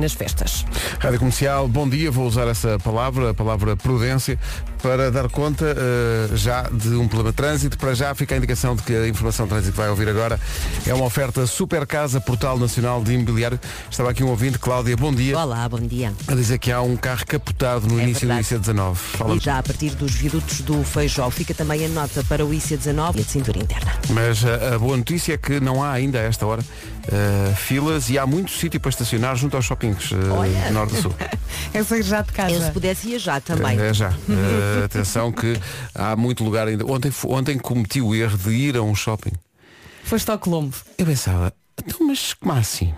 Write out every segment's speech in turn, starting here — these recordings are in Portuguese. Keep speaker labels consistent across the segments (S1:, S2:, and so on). S1: nas festas.
S2: Rádio Comercial, bom dia. Vou usar essa palavra, a palavra prudência, para dar conta eh, já de um problema de trânsito. Para já fica a indicação de que a informação de trânsito que vai ouvir agora é uma oferta Super Casa Portal Nacional de Imobiliário. Estava aqui um ouvinte, Cláudia, bom dia.
S3: Olá, bom dia.
S2: A dizer que há um carro capotado no
S3: É
S2: início
S3: verdade.
S2: do IC19.
S3: E
S2: Falamos.
S3: já a partir dos viadutos do Feijó fica também a nota para o IC19 e a de cintura interna.
S2: Mas a, a boa notícia é que não há ainda a esta hora eh, filas e há muito sítio para estacionar junto aos shoppings eh,
S3: Olha.
S2: do norte do sul.
S4: É sair já de
S3: Eu se
S4: casa.
S3: pudesse ia já também.
S2: É já. Eh, atenção que há muito lugar ainda. Ontem, fu- ontem cometi o erro de ir a um shopping.
S4: Foste ao Colombo.
S2: Eu pensava, então, mas como assim?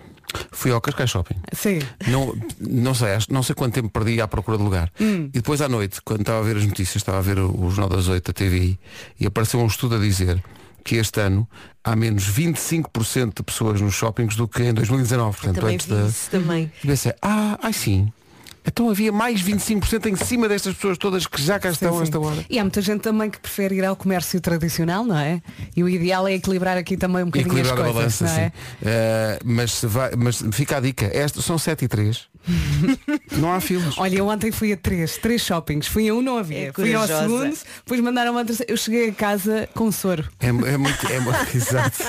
S2: Fui ao Cascais Shopping.
S4: Sim.
S2: Não, não sei, acho- não sei quanto tempo perdi à procura de lugar.
S3: Hum.
S2: E depois à noite, quando estava a ver as notícias, estava a ver o, o Jornal das Oito, a TVI, e apareceu um estudo a dizer que este ano há menos 25% de pessoas nos shoppings do que em 2019. Portanto,
S3: Também
S2: é, antes
S3: vi
S2: da.
S3: isso também.
S2: E pensei, ah, ai sim. Então havia mais 25% em cima destas pessoas todas que já cá estão a esta hora.
S4: E há muita gente também que prefere ir ao comércio tradicional, não é? E o ideal é equilibrar aqui também um bocadinho
S2: Equilibrar a
S4: as coisas,
S2: balança,
S4: não
S2: sim.
S4: é?
S2: Eh, mas, se vai, mas fica a dica, Esta, são 7 e 3. não há filas.
S4: Olha, eu ontem fui a três, três shoppings. Fui a um, não havia.
S3: É
S4: fui ao
S3: corajosa.
S4: segundo, depois mandaram uma terceira. Eu cheguei a casa com soro.
S2: É, é muito, é, mu- exato.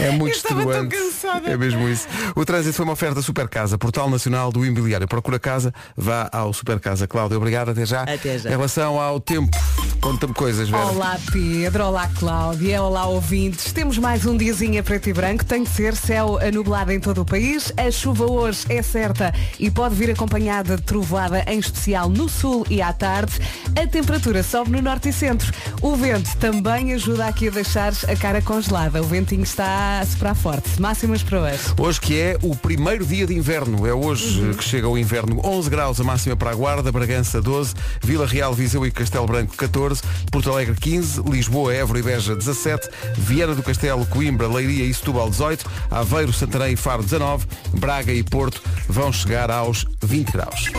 S2: É muito
S4: Eu estava tão
S2: extenuante.
S4: cansada.
S2: É mesmo isso. O trânsito foi uma oferta Super Casa, Portal Nacional do Imobiliário. Procura casa, vá ao Super Casa. Cláudia, obrigado, até já.
S3: Até já.
S2: Em relação ao tempo, conta-me coisas, Vera.
S4: Olá Pedro, olá Cláudia, olá ouvintes. Temos mais um diazinho a preto e branco. Tem que ser céu anublado em todo o país. A chuva hoje é certa e pode vir acompanhada de trovoada, em especial no sul e à tarde. A temperatura sobe no norte e centro. O vento também ajuda aqui a deixar a cara congelada. O ventinho está a soprar forte. Máximas para hoje.
S2: Hoje que é o primeiro dia de inverno. É hoje eh, que chega o inverno. 11 graus a máxima para a Guarda, Bragança 12, Vila Real, Viseu e Castelo Branco 14, Porto Alegre 15, Lisboa, Évora e Beja 17, Viana do Castelo, Coimbra, Leiria e Setúbal 18, Aveiro, Santarém e Faro 19, Braga e Porto vão chegar aos 20 graus.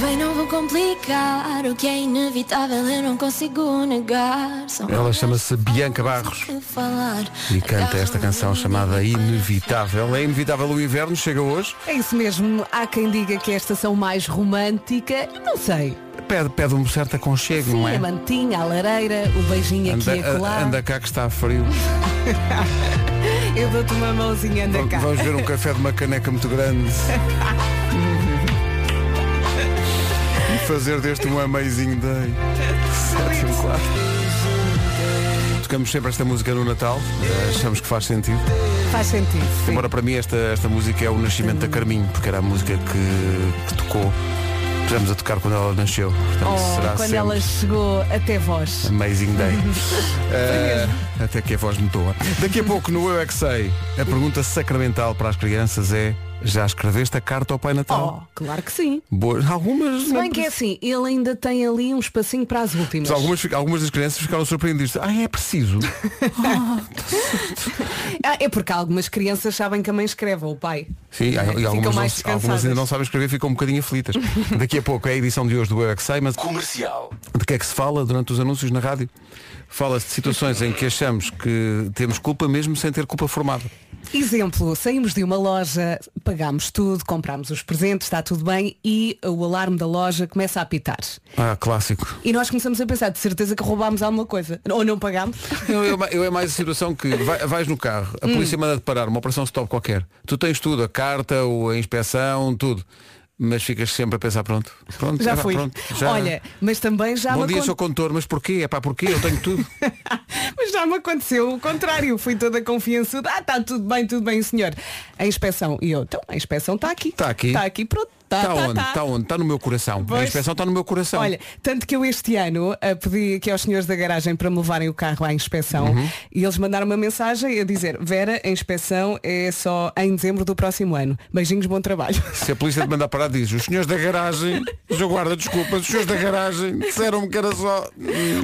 S5: Vem, não vou complicar o que é inevitável, eu não consigo negar. São
S2: Ela chama-se Bianca Barros.
S5: que falar.
S2: É um E canta esta canção chamada Inevitável. É inevitável o inverno, chega hoje.
S4: É isso mesmo. Há quem diga que é a estação mais romântica. Não sei.
S2: Pede, pede um certo aconchego,
S4: Sim,
S2: não
S4: a
S2: é?
S4: mantinha, a lareira, o beijinho aqui e
S2: Anda,
S4: acolá.
S2: a- anda cá que está frio.
S4: Eu dou-te uma mãozinha, anda cá.
S2: Vamos ver um café de uma caneca muito grande. e fazer deste um amazing day. 7 e um quarto. Tocamos sempre esta música no Natal, eh, achamos que faz sentido.
S4: Faz sentido. sim.
S2: Embora para mim esta, esta música é o nascimento da Carminho, porque era a música que, que tocou. Estamos a tocar quando ela nasceu. Portanto,
S4: Oh,
S2: será
S4: quando
S2: sempre
S4: ela chegou até vós.
S2: Amazing Day. Eh, até que a voz me doa. Daqui a pouco no Eu É Que Sei, a pergunta sacramental para as crianças é já escreveste a carta ao Pai
S4: Oh,
S2: Natal?
S4: claro que sim.
S2: Boas, algumas,
S4: Se
S2: não
S4: bem que é
S2: preciso.
S4: assim, ele ainda tem ali um espacinho para as últimas.
S2: Mas algumas, fi- algumas das crianças ficaram surpreendidas. Ah, é preciso.
S4: Ah, É porque algumas crianças sabem que a mãe escreve, ou o pai.
S2: Sim, há- e
S4: Ficam
S2: algumas, não-
S4: mais descansadas.
S2: algumas ainda não sabem escrever, ficam um bocadinho aflitas. Daqui a pouco é a edição de hoje do Eu É Que Sei, mas
S6: Comercial.
S2: de que é que se fala durante os anúncios na rádio? Fala-se de situações em que achamos que temos culpa mesmo sem ter culpa formada.
S4: Exemplo, saímos de uma loja, pagámos tudo, comprámos os presentes, está tudo bem e o alarme da loja começa a apitar.
S2: Ah, clássico.
S4: E nós começamos a pensar, de certeza que roubámos alguma coisa. Ou não pagámos.
S2: Eu, eu- eu é mais a situação que vai- vais no carro, a
S4: Hum.
S2: polícia manda-te parar, uma operação stop qualquer. Tu tens tudo, a carta, o- a inspeção, tudo. Mas ficas sempre a pensar, pronto, pronto,
S4: Já
S2: pá,
S4: fui.
S2: Ah, pronto, já.
S4: Olha, mas também já
S2: Bom
S4: me
S2: dia,
S4: aconte-
S2: sou condutor, mas porquê? É pá, porquê? Eu tenho tudo.
S4: Mas já me aconteceu o contrário. Fui toda confiança. Ah, está tudo bem, tudo bem, senhor. A inspeção. E eu, então, a inspeção está aqui.
S2: Está Tá aqui.
S4: Está aqui, pronto. Está
S2: Está
S4: tá,
S2: onde?
S4: tá.
S2: Está onde? Está no meu coração. A
S4: Pois.
S2: inspeção está no meu coração.
S4: Olha, tanto que eu este ano ah, pedi aqui aos senhores da garagem para me levarem o carro à inspeção
S2: Uhum.
S4: e eles mandaram uma mensagem a dizer Vera, a inspeção é só em dezembro do próximo ano. Beijinhos, bom trabalho.
S2: Se a polícia te mandar parar, diz, os senhores da garagem, eu guarda desculpas, os senhores da garagem disseram-me que era só.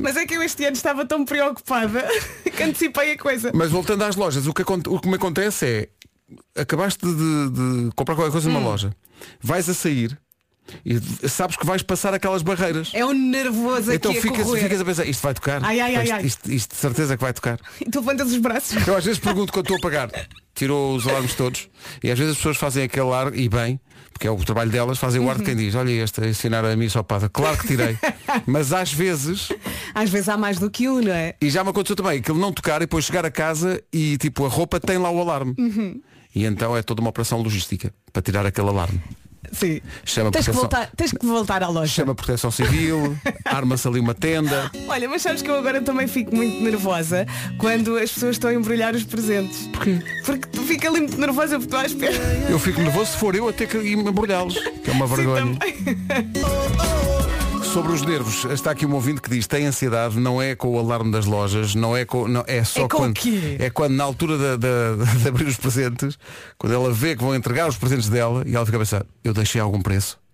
S4: Mas é que eu este ano estava tão preocupada que antecipei a coisa.
S2: Mas voltando às lojas, o que, aconte- o que me
S4: Hum.
S2: acontece é acabaste de, de- de comprar qualquer coisa numa loja, vais a sair E sabes que vais passar aquelas barreiras.
S4: É um nervoso
S2: então
S4: aqui
S2: ficas,
S4: a correr.
S2: ficas a pensar, isto vai tocar.
S4: Ai, ai, ai,
S2: isto,
S4: ai.
S2: isto- isto de certeza que vai tocar.
S4: E tu levantas os braços.
S2: Eu às vezes pergunto quando estou a pagar. Tirou os alarmes todos e às vezes as pessoas fazem aquele ar e bem, porque é o trabalho delas, fazem o ar de
S4: Uhum.
S2: quem diz, olha este, a ensinar a missa ao padre. Claro que tirei. Mas às vezes,
S4: Às vezes há mais do que um, não é?
S2: e já me aconteceu também, que ele não tocar e depois chegar a casa e tipo a roupa tem lá o alarme.
S4: Uhum.
S2: E então é toda uma operação logística para tirar aquele alarme.
S4: Sim.
S2: Chama
S4: Tens que,
S2: proteção.
S4: voltar, tens que voltar à loja.
S2: Chama a proteção civil, arma-se ali uma tenda.
S4: Olha, mas sabes que eu agora também fico muito nervosa quando as pessoas estão a embrulhar os presentes. Porquê? Porque tu fica ali muito nervosa porque tu à espera.
S2: Eu fico nervoso se for eu a ter que ir embrulhá-los. que É uma vergonha. Sobre os nervos, está aqui um ouvinte que diz tem ansiedade, não é com o alarme das lojas, não é com. Não, é só
S4: É com o
S2: quando.
S4: quê?
S2: É quando na altura da- da- de, abrir os presentes, quando ela vê que vão entregar os presentes dela e ela fica a pensar, eu deixei algum preço.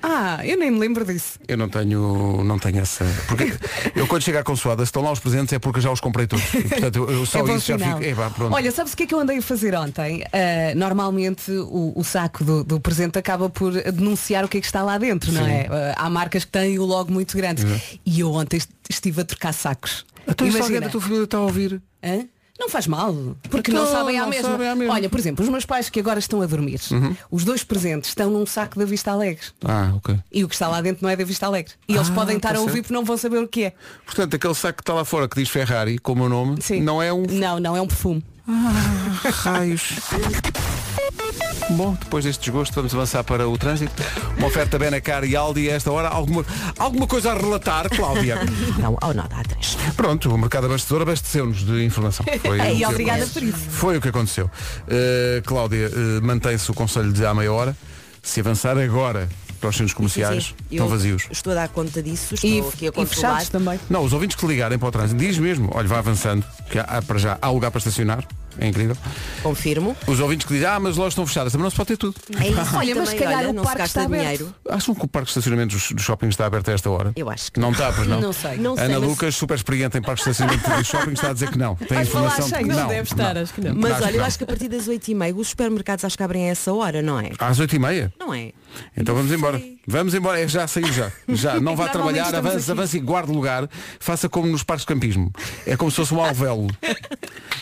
S4: Ah, eu nem me lembro disso.
S2: Eu não tenho, não tenho essa. Porque eu quando chego à consoada, se estão lá os presentes é porque já os comprei todos. E, portanto, eu, eu só
S4: é bom
S2: isso já
S4: sinal.
S2: fico. Epá, pronto.
S4: Olha, sabes o que é que eu andei a fazer ontem? Ah, normalmente o, o saco do, do presente acaba por denunciar o que é que está lá dentro, não
S2: Sim. Uhum.
S4: é? Ah, há marcas que têm o logo muito grande. E eu ontem est- estive a trocar sacos.
S2: então, e se alguém
S4: Imagina.
S2: da tua família está a ouvir.
S4: Hã? Não faz mal, porque
S2: Então,
S4: não, sabem, à
S2: não
S4: mesma.
S2: sabem à mesma.
S4: Olha, por exemplo, os meus pais que agora estão a dormir,
S2: Uhum.
S4: os dois presentes estão num saco da Vista Alegre.
S2: Ah, ok.
S4: E o que está lá dentro não é da Vista Alegre. E eles
S2: Ah,
S4: podem estar
S2: tá
S4: a ouvir
S2: certo.
S4: porque não vão saber o que é.
S2: Portanto, aquele saco que está lá fora que diz Ferrari, com o meu nome,
S4: Sim.
S2: não é um
S4: Não, não, é um perfume.
S2: Raios. Bom, depois deste desgosto vamos avançar para o trânsito. Uma oferta Benacar e Aldi a esta hora. Alguma, alguma coisa a relatar, Cláudia?
S3: Não, oh, nada, há três.
S2: Pronto, o mercado abastecedor abasteceu-nos de informação. Foi
S4: E
S2: o que
S4: obrigada
S2: aconteceu.
S4: por isso.
S2: Foi o que aconteceu. Uh, Cláudia, uh, mantém-se o conselho de à meia hora. Se avançar agora para os centros comerciais,
S3: Sim, sim.
S2: estão
S3: Eu
S2: vazios.
S3: Estou a dar conta disso, estou
S4: E,
S3: aqui a
S4: e
S3: controlar.
S4: fechados também.
S2: Não, os ouvintes que ligarem para o trânsito, diz mesmo, olha, vai avançando, que há- há, para já há lugar para estacionar. É incrível.
S3: Confirmo.
S2: Os ouvintes que dizem, ah, mas as lojas estão fechadas, também não se pode ter tudo.
S3: É isso
S4: Olha, mas
S3: também,
S4: se calhar o
S3: não
S4: parque
S3: se gasta
S4: está aberto.
S3: dinheiro.
S2: Acham que o parque de estacionamento dos, dos shoppings está aberto a esta hora?
S3: Eu acho que
S2: Não está, pois não?
S4: Não sei.
S3: Não sei,
S2: Ana
S3: mas-
S2: Lucas, super experiente em parques de estacionamento dos shoppings, está a dizer que não. Tem
S4: Vais falar,
S2: informação
S4: achei
S2: de
S4: que não deve estar, acho que não.
S3: Mas olha, eu acho que a partir das 8h30 os supermercados acho que abrem a essa hora, não é?
S2: Às oito e meia?
S3: Não é?
S2: Então vamos embora. Vamos embora. É já, saiu já. Já. Não vá
S4: Normalmente
S2: trabalhar,
S4: estamos
S2: avance,
S4: aqui.
S2: avance e guarde lugar. Faça como nos parques de campismo. É como se fosse um alvéolo.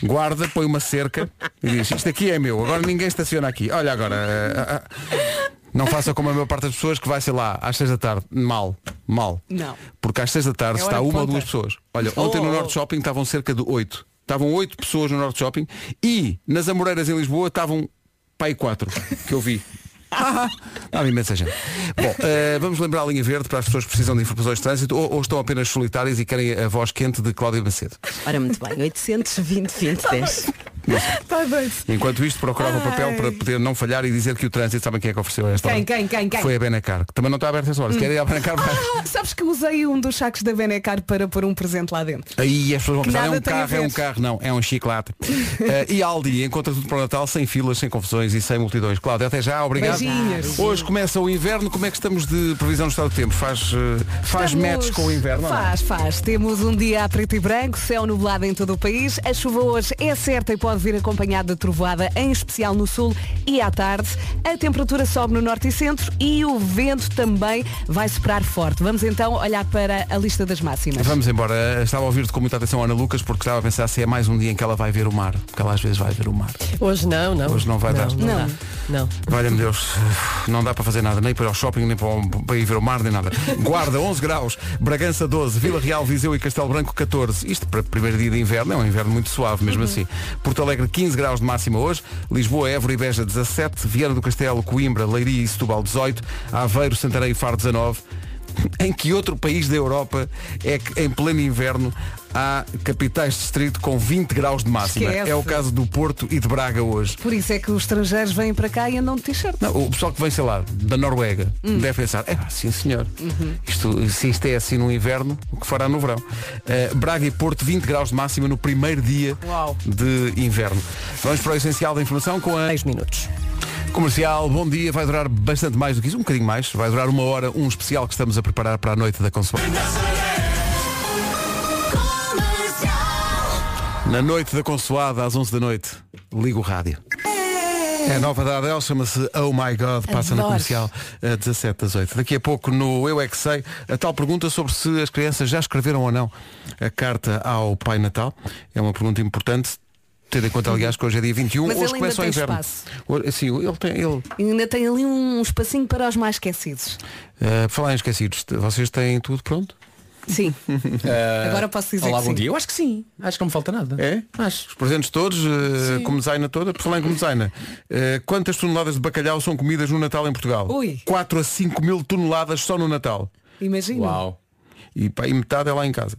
S2: Guarda, põe uma cerca e diz, isto aqui é meu, agora ninguém estaciona aqui. Olha agora. ah, ah. Não faça como a maior parte das pessoas que vai, sei lá, às seis da tarde. Mal. Mal.
S4: Não.
S2: Porque às seis da tarde
S4: É
S2: está
S4: hora de
S2: uma ou
S4: ponta.
S2: duas pessoas. Olha, ontem no
S4: Oh.
S2: Norte Shopping estavam cerca de oito. Estavam oito pessoas no Norte Shopping e nas Amoreiras em Lisboa estavam pai quatro, que eu vi.
S4: Ah.
S2: Há imensa gente. Bom, eh, vamos lembrar a linha verde para as pessoas que precisam de informações de trânsito ou, ou estão apenas solitárias e querem a voz quente de Cláudia Macedo.
S3: Ora, muito bem, 820 20 10.
S4: Está doido.
S2: Enquanto isto, procurava o papel
S4: Ai.
S2: para poder não falhar e dizer que o trânsito, sabem quem é que ofereceu a esta
S4: Quem,
S2: hora?
S4: quem, quem, quem? Hum.
S2: Foi a Benacar, que também não está aberta essa hora. Se querem ir à Benacar, vai.
S4: Ah, sabes que usei um dos sacos da Benecar para pôr um presente lá dentro.
S2: Aí as pessoas vão pensar, é
S4: nada
S2: um
S4: tem a
S2: carro, é
S4: ver.
S2: um carro, não, é um chiclete. Eh, e Aldi, encontra tudo para o Natal, sem filas, sem confusões e sem multidões. Cláudia, até já, obrigado.
S4: Beijinhos.
S2: Hoje começa o inverno, como é que estamos de previsão do estado do tempo? Faz, eh, faz
S4: Estamos-
S2: match com o inverno? ou não?
S4: Faz, faz. Temos um dia a preto e branco, céu nublado em todo o país. A chuva hoje é certa e pode vir acompanhada de trovoada, em especial no sul e à tarde. A temperatura sobe no norte e centro e o vento também vai soprar forte. Vamos então olhar para a lista das máximas.
S2: Vamos embora. Estava a ouvir-te com muita atenção a Ana Lucas porque estava a pensar se é mais um dia em que ela vai ver o mar. Porque ela às vezes vai ver o mar.
S1: Hoje não, não.
S2: Hoje não vai dar.
S1: Não.
S4: Não.
S1: dá. não.
S2: Valha-me Deus, não dá para fazer nada, nem para ir ao shopping, nem para, para ir ver o mar, nem nada. Guarda 11 graus, Bragança 12, Vila Real, Viseu e Castelo Branco 14. Isto para primeiro dia de inverno, é um inverno muito suave mesmo assim. Porto Alegre 15 graus de máxima hoje, Lisboa, Évora e Beja 17, Vieira do Castelo, Coimbra, Leiria e Setúbal 18, Aveiro, Santarém e Faro 19. Em que outro país da Europa é que em pleno inverno há capitais de distrito com 20 graus de máxima?
S4: Esquece.
S2: É o caso do Porto e de Braga hoje.
S4: Por isso é que os estrangeiros vêm para cá e andam de t-shirt.
S2: Não, o pessoal que vem, sei lá, da Noruega, deve pensar, é pá, sim senhor, isto, se isto é assim no inverno, o que fará no verão? Eh, Braga e Porto, 20 graus de máxima no primeiro dia
S4: Uau.
S2: de inverno. Vamos para o essencial da informação com a
S1: 10 minutos.
S2: comercial. Bom dia, vai durar bastante mais do que isso, um bocadinho mais, vai durar uma hora, um especial que estamos a preparar para a noite da Consola. Na noite da Consoada, às 11 da noite, liga o rádio. É, a nova da Adele chama-se Oh My God, passa na
S4: Adoro.
S2: comercial a 17 das 8. Daqui a pouco no Eu É Que Sei, a tal pergunta sobre se as crianças já escreveram ou não a carta ao Pai Natal. É uma pergunta importante, tendo em conta, aliás, que hoje é dia 21,
S4: Mas
S2: hoje
S4: ele ainda
S2: começa o
S4: tem
S2: inverno.
S4: espaço.
S2: Hoje- Sim, ele tem. Ele,
S4: Ainda tem ali um espacinho para os mais esquecidos.
S2: eh, por falar em esquecidos, vocês têm tudo pronto?
S4: Sim. Agora posso dizer
S1: Olá,
S4: que
S1: bom
S4: sim.
S1: dia. Eu acho que sim. Acho que não me falta nada.
S2: É?
S1: Acho.
S2: Os presentes todos, eh, como designer toda, por falar em como designer, eh, quantas toneladas de bacalhau são comidas no Natal em Portugal?
S4: Ui.
S2: 4 a 5 mil toneladas só no Natal.
S4: Imagino.
S1: Uau.
S2: E, pá, e metade é lá em casa.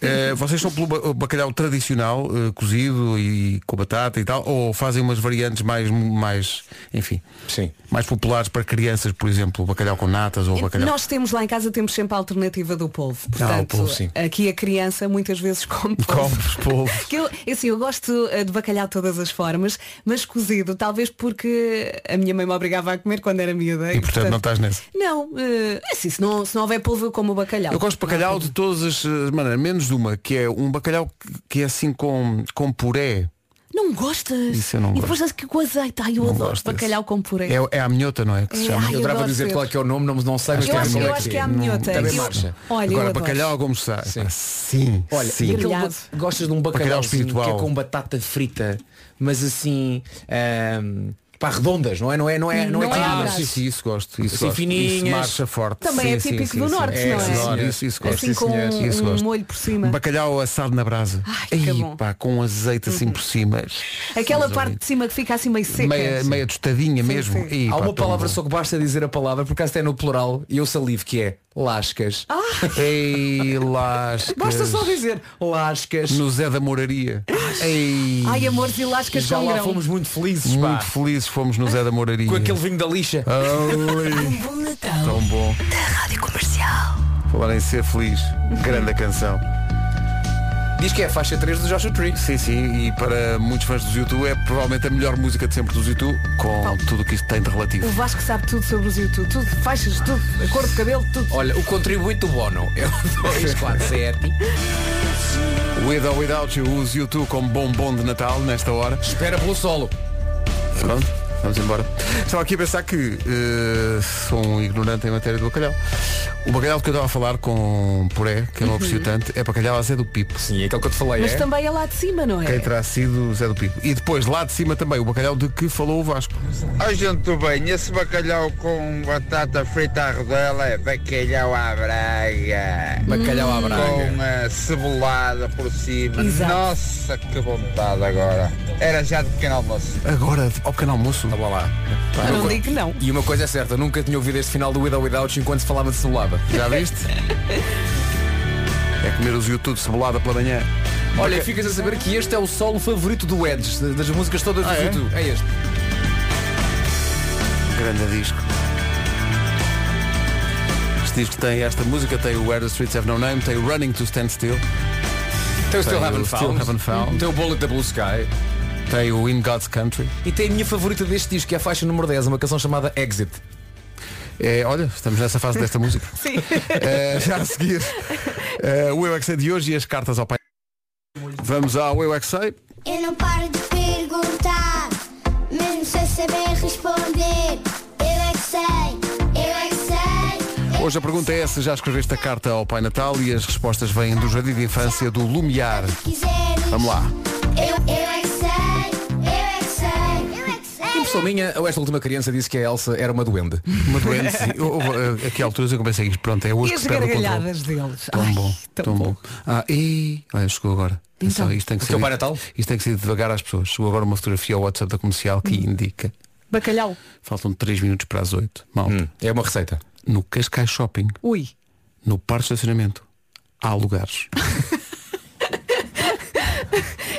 S2: Eh, vocês são pelo ba- bacalhau tradicional, eh, cozido e com batata e tal, ou fazem umas variantes mais, mais enfim,
S1: Sim.
S2: mais populares para crianças, por exemplo, o bacalhau com natas ou o bacalhau.
S4: Nós temos lá em casa temos sempre a alternativa do polvo.
S2: Ah, o
S4: Portanto,
S2: polvo, sim.
S4: aqui a criança muitas vezes come polvo.
S2: Comes polvo.
S4: Que eu, assim, eu gosto eh, de bacalhau de todas as formas, mas cozido, talvez porque a minha mãe me obrigava a comer quando era miúda.
S2: E, portanto, não estás nessa.
S4: Não, eh, assim, se não, se não houver polvo eu como o bacalhau.
S2: Eu gosto de bacalhau de todas as eh, maneiras, menos de uma, que é um bacalhau que- que é assim com, com puré.
S4: Não gostas?
S2: Isso eu não
S4: e depois acho que com azeite, ai, eu adoro
S2: gosto desse.
S4: bacalhau com puré.
S2: É, é a minhota, não é? Que se
S4: É,
S2: chama.
S4: ai,
S1: Eu
S4: eu
S1: adorava
S4: adoro
S1: dizer
S4: ser.
S1: qual é que é o nome, não, não sei, mas
S4: Eu
S1: quero
S4: acho,
S1: ver
S4: eu
S1: qual é
S4: acho que
S1: que
S4: é a
S1: é.
S4: minhota.
S1: também
S4: Eu-
S1: marcha.
S4: Olha, eu
S2: Agora,
S4: adoro.
S2: bacalhau como se sabe.
S1: Sim.
S2: Sim, sim.
S1: Olha,
S2: sim.
S1: e aquele
S4: Grelhado.
S1: ba- gostas de um
S2: Bacalhau
S1: bacalhau
S2: espiritual.
S1: que é com batata frita, mas assim, ahm, pá, redondas, não é? Não é, não é, não é,
S4: Não é
S1: quadradas.
S2: Ah,
S4: abraço.
S2: sim, sim, isso gosto. Isso,
S1: Assim,
S2: gosto.
S1: fininhas.
S2: isso marcha forte.
S4: Também é
S2: Sim,
S4: típico
S2: sim,
S4: do
S2: sim, sim.
S4: norte, não é?
S2: adoro, Isso, isso gosto.
S4: Assim
S2: Sim,
S4: com
S2: senhor.
S4: um,
S2: Isso
S4: um
S2: gosto.
S4: molho por cima.
S2: Bacalhau assado na brasa.
S4: Ai, que
S2: Ei,
S4: bom. Uhum.
S2: pá, com azeite assim por cima.
S4: Aquela
S2: Sim,
S4: parte de cima que fica assim meio seca.
S2: meia, meia tostadinha mesmo.
S4: sim.
S2: Ih,
S1: Há
S2: pá,
S1: uma
S2: tão
S1: palavra
S2: bom.
S1: só que basta dizer a palavra, por acaso até no plural, e eu salivo, que é lascas.
S2: Ah, Ei, lascas.
S1: Basta só dizer lascas.
S2: No Zé da Moraria. Ei,
S4: Ai, amores e lascas
S1: Já
S4: com
S1: lá
S4: grão.
S1: fomos muito felizes, pá.
S2: muito felizes fomos no Zé da Moraria.
S1: Com aquele vinho da lixa.
S2: Ai,
S5: Um Bom Natal
S2: tão bom.
S5: da Rádio Comercial.
S2: Falar em ser feliz. Grande a canção.
S1: Diz que é a faixa 3 do Joshua Tree.
S2: Sim, sim, e para muitos fãs dos YouTube é provavelmente a melhor música de sempre dos YouTube, com tudo o que isto tem de relativo.
S4: O Vasco sabe tudo sobre os YouTube, tudo, faixas, tudo, a cor de cabelo, tudo.
S1: Olha, o contribuinte do Bono é o 247.
S2: With or Without You, os YouTube como bombom de Natal nesta hora.
S1: Espera pelo solo.
S2: Pronto, vamos embora. Estava aqui a pensar que eh, sou um ignorante em matéria de bacalhau. O bacalhau que eu estava a falar com puré, que eu não
S5: Uhum.
S2: aprecio tanto, é bacalhau a Zé do Pipo.
S1: Sim, é aquele que eu te falei,
S4: Mas
S1: é?
S4: também é lá de cima, não é?
S2: Quem terá sido o Zé do Pipo. E depois, lá de cima também, o bacalhau de que falou o Vasco.
S6: Ai gente, tudo bem, esse bacalhau com batata frita à rodela é bacalhau à braga.
S1: Bacalhau
S7: Hum.
S1: à braga.
S6: Com a cebolada por cima.
S4: Exato.
S6: Nossa, que vontade agora. Era já de pequeno almoço.
S2: Agora, ao pequeno almoço.
S1: Tá bom lá.
S4: Eu não digo que não.
S1: E uma coisa é certa, nunca tinha ouvido este final do With or Without You enquanto se falava de cebolada.
S2: Já viste? É comer os YouTube cebolada pela manhã.
S1: Olha, ficas a saber que este é o solo favorito do Edge, das músicas todas do
S2: Ah, é?
S1: YouTube. É este.
S2: Grande disco. Este disco tem esta música, tem o Where the Streets Have No Name, tem o Running to Stand Still,
S1: Tem o Still
S2: Tem o
S1: Haven't
S2: Still
S1: Found.
S2: Haven't Found.
S1: Tem o Bullet da Blue Sky.
S2: tem o In God's Country.
S1: E tem a minha favorita deste disco, que é a faixa número 10, uma canção chamada Exit.
S2: É, olha, estamos nessa fase desta música. Sim. já a seguir, eh, o Eu é Que Sei de hoje e as cartas ao pai. Vamos ao Eu é Que Sei.
S8: Eu não paro de perguntar, mesmo sem saber responder. Eu é que sei, eu é que sei.
S2: Hoje a pergunta é se já escreveste a carta ao Pai Natal e as respostas vêm do Jardim de Infância do Lumiar.
S8: Quiseres.
S2: Vamos lá.
S8: Eu, eu é que sei, eu é que sei. Eu é que sei.
S1: Pessoa minha, ou esta última criança disse que a Elsa era uma duende.
S2: Uma doença. Houve, eh, aqui a alturas eu comecei a ir, pronto, é hoje
S4: E as
S2: que se perde o controle.
S4: gargalhadas deles.
S2: Tão
S4: Ai,
S2: bom,
S4: tão Então.
S2: tão bom. Ah, e olha, chegou agora. Atenção, isto tem que
S1: O
S2: ser.
S1: teu Pai Natal?
S2: Isto tem que ser devagar às pessoas. Chegou agora uma fotografia ao WhatsApp da comercial que
S1: Hum.
S2: indica.
S4: Bacalhau.
S2: Faltam 3 minutos para as 8. Malta.
S1: É uma receita.
S2: No Cascais Shopping,
S4: Ui.
S2: no parque de estacionamento, há lugares.